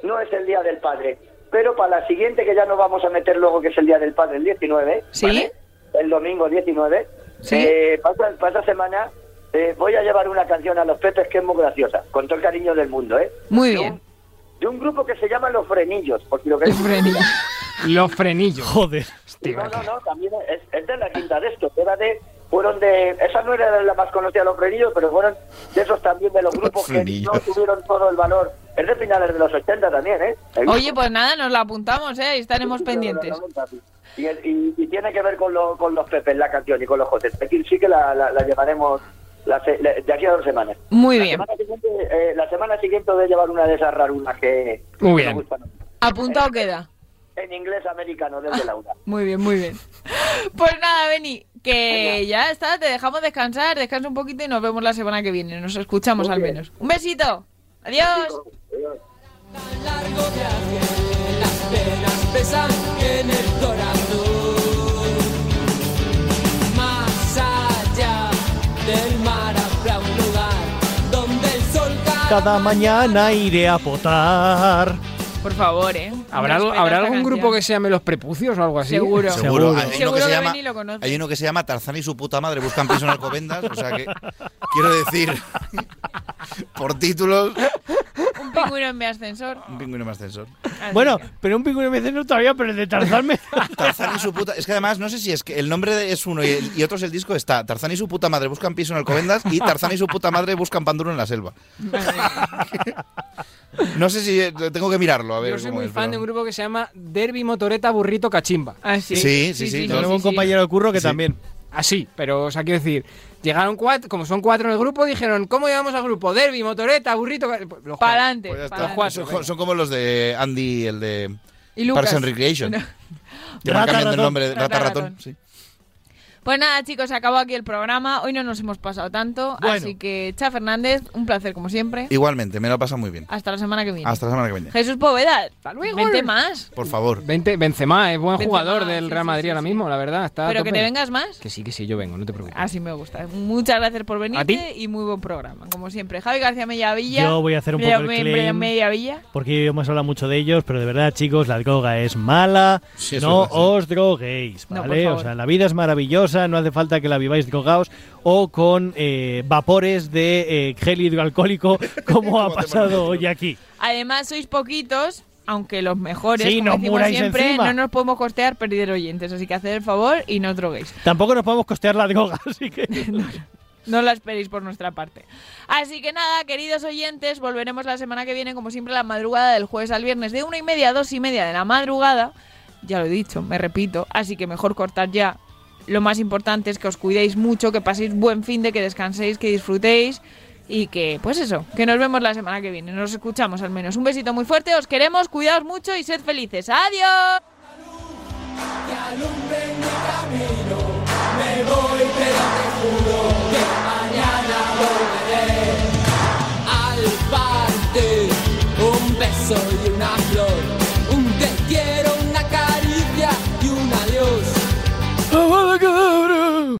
E: no es el Día del Padre, pero para la siguiente que ya nos vamos a meter luego, que es el Día del Padre, el 19,
I: Sí.
E: ¿vale? el domingo 19,
I: Sí.
E: eh, pasa, pasa semana, eh, voy a llevar una canción a los Pepes que es muy graciosa, con todo el cariño del mundo, ¿eh?
I: Muy bien.
E: De un grupo que se llama Los Frenillos, porque lo que es...
H: Los frenillos.
C: Joder.
E: No, no, no, también es, es de la quinta de estos, era de, fueron de, esa no era la más conocida los frenillos, pero fueron de esos también de los grupos que no
I: Frenillos.
E: tuvieron todo el valor. Es de finales de los 80 también, ¿eh? El
I: Oye,
E: grupo.
I: pues nada, nos la apuntamos, ¿eh? Y estaremos pendientes.
E: Y, el- y- y tiene que ver con, lo- con los pepes la canción y con los jotes. Aquí sí que la, la- la llevaremos la se- la- de aquí a dos semanas.
I: Muy
E: la
I: bien.
E: Semana siguiente, eh, la semana siguiente voy a llevar una de esas rarunas que...
H: Muy
E: que
H: bien.
E: me gustan.
I: Apuntado queda.
E: En inglés americano,
C: Ah.
E: desde Laura.
I: Muy bien, muy bien. Pues nada, Beni, que ya está, te dejamos descansar, descansa un poquito y nos vemos la semana que viene. Nos escuchamos al menos. Un besito. Adiós.
J: Las penas pesan en el corazón. Más allá del mar habrá un lugar donde el sol cae.
C: Cada mañana iré a votar.
I: Por favor, ¿eh?
H: ¿Habrá, algo-
I: Respeta
H: ¿habrá
I: esta
H: algún
I: canción.
H: grupo que se llame Los Prepucios o algo así?
I: Seguro.
B: Seguro. Hay, uno
I: Seguro
B: que
I: que
B: se llama,
I: Beni lo conoce.
B: hay uno que se llama Tarzán y su puta madre buscan piso en Alcobendas. O sea que quiero decir, por títulos,
I: Un pingüino en mi ascensor.
B: un pingüino más ascensor.
I: Así
C: Bueno, pero un pingüino me dice no todavía, pero el de Tarzán me...
B: Tarzán y su puta. Es que además, no sé si es que el nombre de- es uno y, el- y otro es el disco. Está Tarzán y su puta madre buscan piso en Alcobendas y Tarzán y su puta madre buscan panduro en la selva. No sé si eh, tengo que mirarlo. A ver
H: Yo soy
B: cómo
H: muy
B: es,
H: fan de
B: pero-
H: un grupo que se llama Derby Motoreta Burrito Cachimba.
I: Ah, sí.
B: Sí, sí, sí, sí,
C: Tenemos un compañero de curro que también.
H: Así, pero, o sea, quiero decir, llegaron cuatro, como son cuatro en el grupo, dijeron, ¿cómo llevamos al grupo? Derby, Motoreta, Burrito. Ca-". Los cuatro.
I: Pa'lante,
H: Pues ya está.
I: pa'lante.
H: Los cuatro.
B: Son,
H: venga.
B: son como los de Andy, el de
I: Y Lucas.
B: Parks and Recreation.
I: No.
B: Ya van
C: Rata
B: cambiando el
C: ratón.
B: nombre de
I: Rata
B: Rata
I: ratón.
B: Ratón. sí.
I: Pues nada, chicos, se acabó aquí el programa. Hoy no nos hemos pasado tanto,
C: Bueno.
I: así que Cha Fernández, un placer como siempre.
B: Igualmente, me lo pasa muy bien.
H: Ah,
I: Hasta la semana que viene.
B: Hasta la semana que viene.
I: Jesús Poveda,
H: luego.
I: vente más.
B: Por favor.
H: Vente- Benzema es buen
I: Benzema,
H: jugador
I: sí,
H: del Real
I: sí,
H: Madrid
I: sí,
H: ahora
I: sí.
H: mismo, la verdad. Está a
I: Pero que
H: tope.
I: te vengas más.
H: Que sí, que sí, yo vengo, no te preocupes.
I: Así me gusta. Muchas gracias por
H: ¿A ti?
I: venirte y muy buen programa, como siempre. Javi García Mellavilla.
C: Yo voy a hacer un poco el
I: Mella-
C: claim.
I: Mella- Mellavilla.
C: Porque hemos hablado mucho de ellos, pero de verdad, chicos, la droga es mala.
B: Sí, eso
C: no
B: es verdad,
C: os droguéis,
I: No, por
C: ¿vale? o
I: favor.
C: sea, la vida es maravillosa, no hace falta que la viváis drogados o con eh, vapores de eh, gel hidroalcohólico, como ha
B: hacemos
C: pasado
B: nosotros.
C: hoy aquí.
I: Además, sois poquitos, aunque los mejores,
C: Sí,
I: como
C: no
I: decimos
C: muráis
I: siempre,
C: encima.
I: no nos podemos costear perder oyentes. Así que haced el favor y no os droguéis.
C: Tampoco nos podemos costear la droga, así que.
I: No la esperéis por nuestra parte. Así que nada, queridos oyentes, volveremos la semana que viene, como siempre, la madrugada del jueves al viernes, de una y media a dos y media de la madrugada. Ya lo he dicho, me repito, así que mejor cortar ya. Lo más importante es que os cuidéis mucho, que paséis buen fin de, que descanséis, que disfrutéis y que, pues eso, que nos vemos la semana que viene. Nos escuchamos al menos. Un besito muy fuerte, os queremos, cuidaos mucho y sed felices. ¡Adiós!
J: Que alumbre mi camino, me voy pero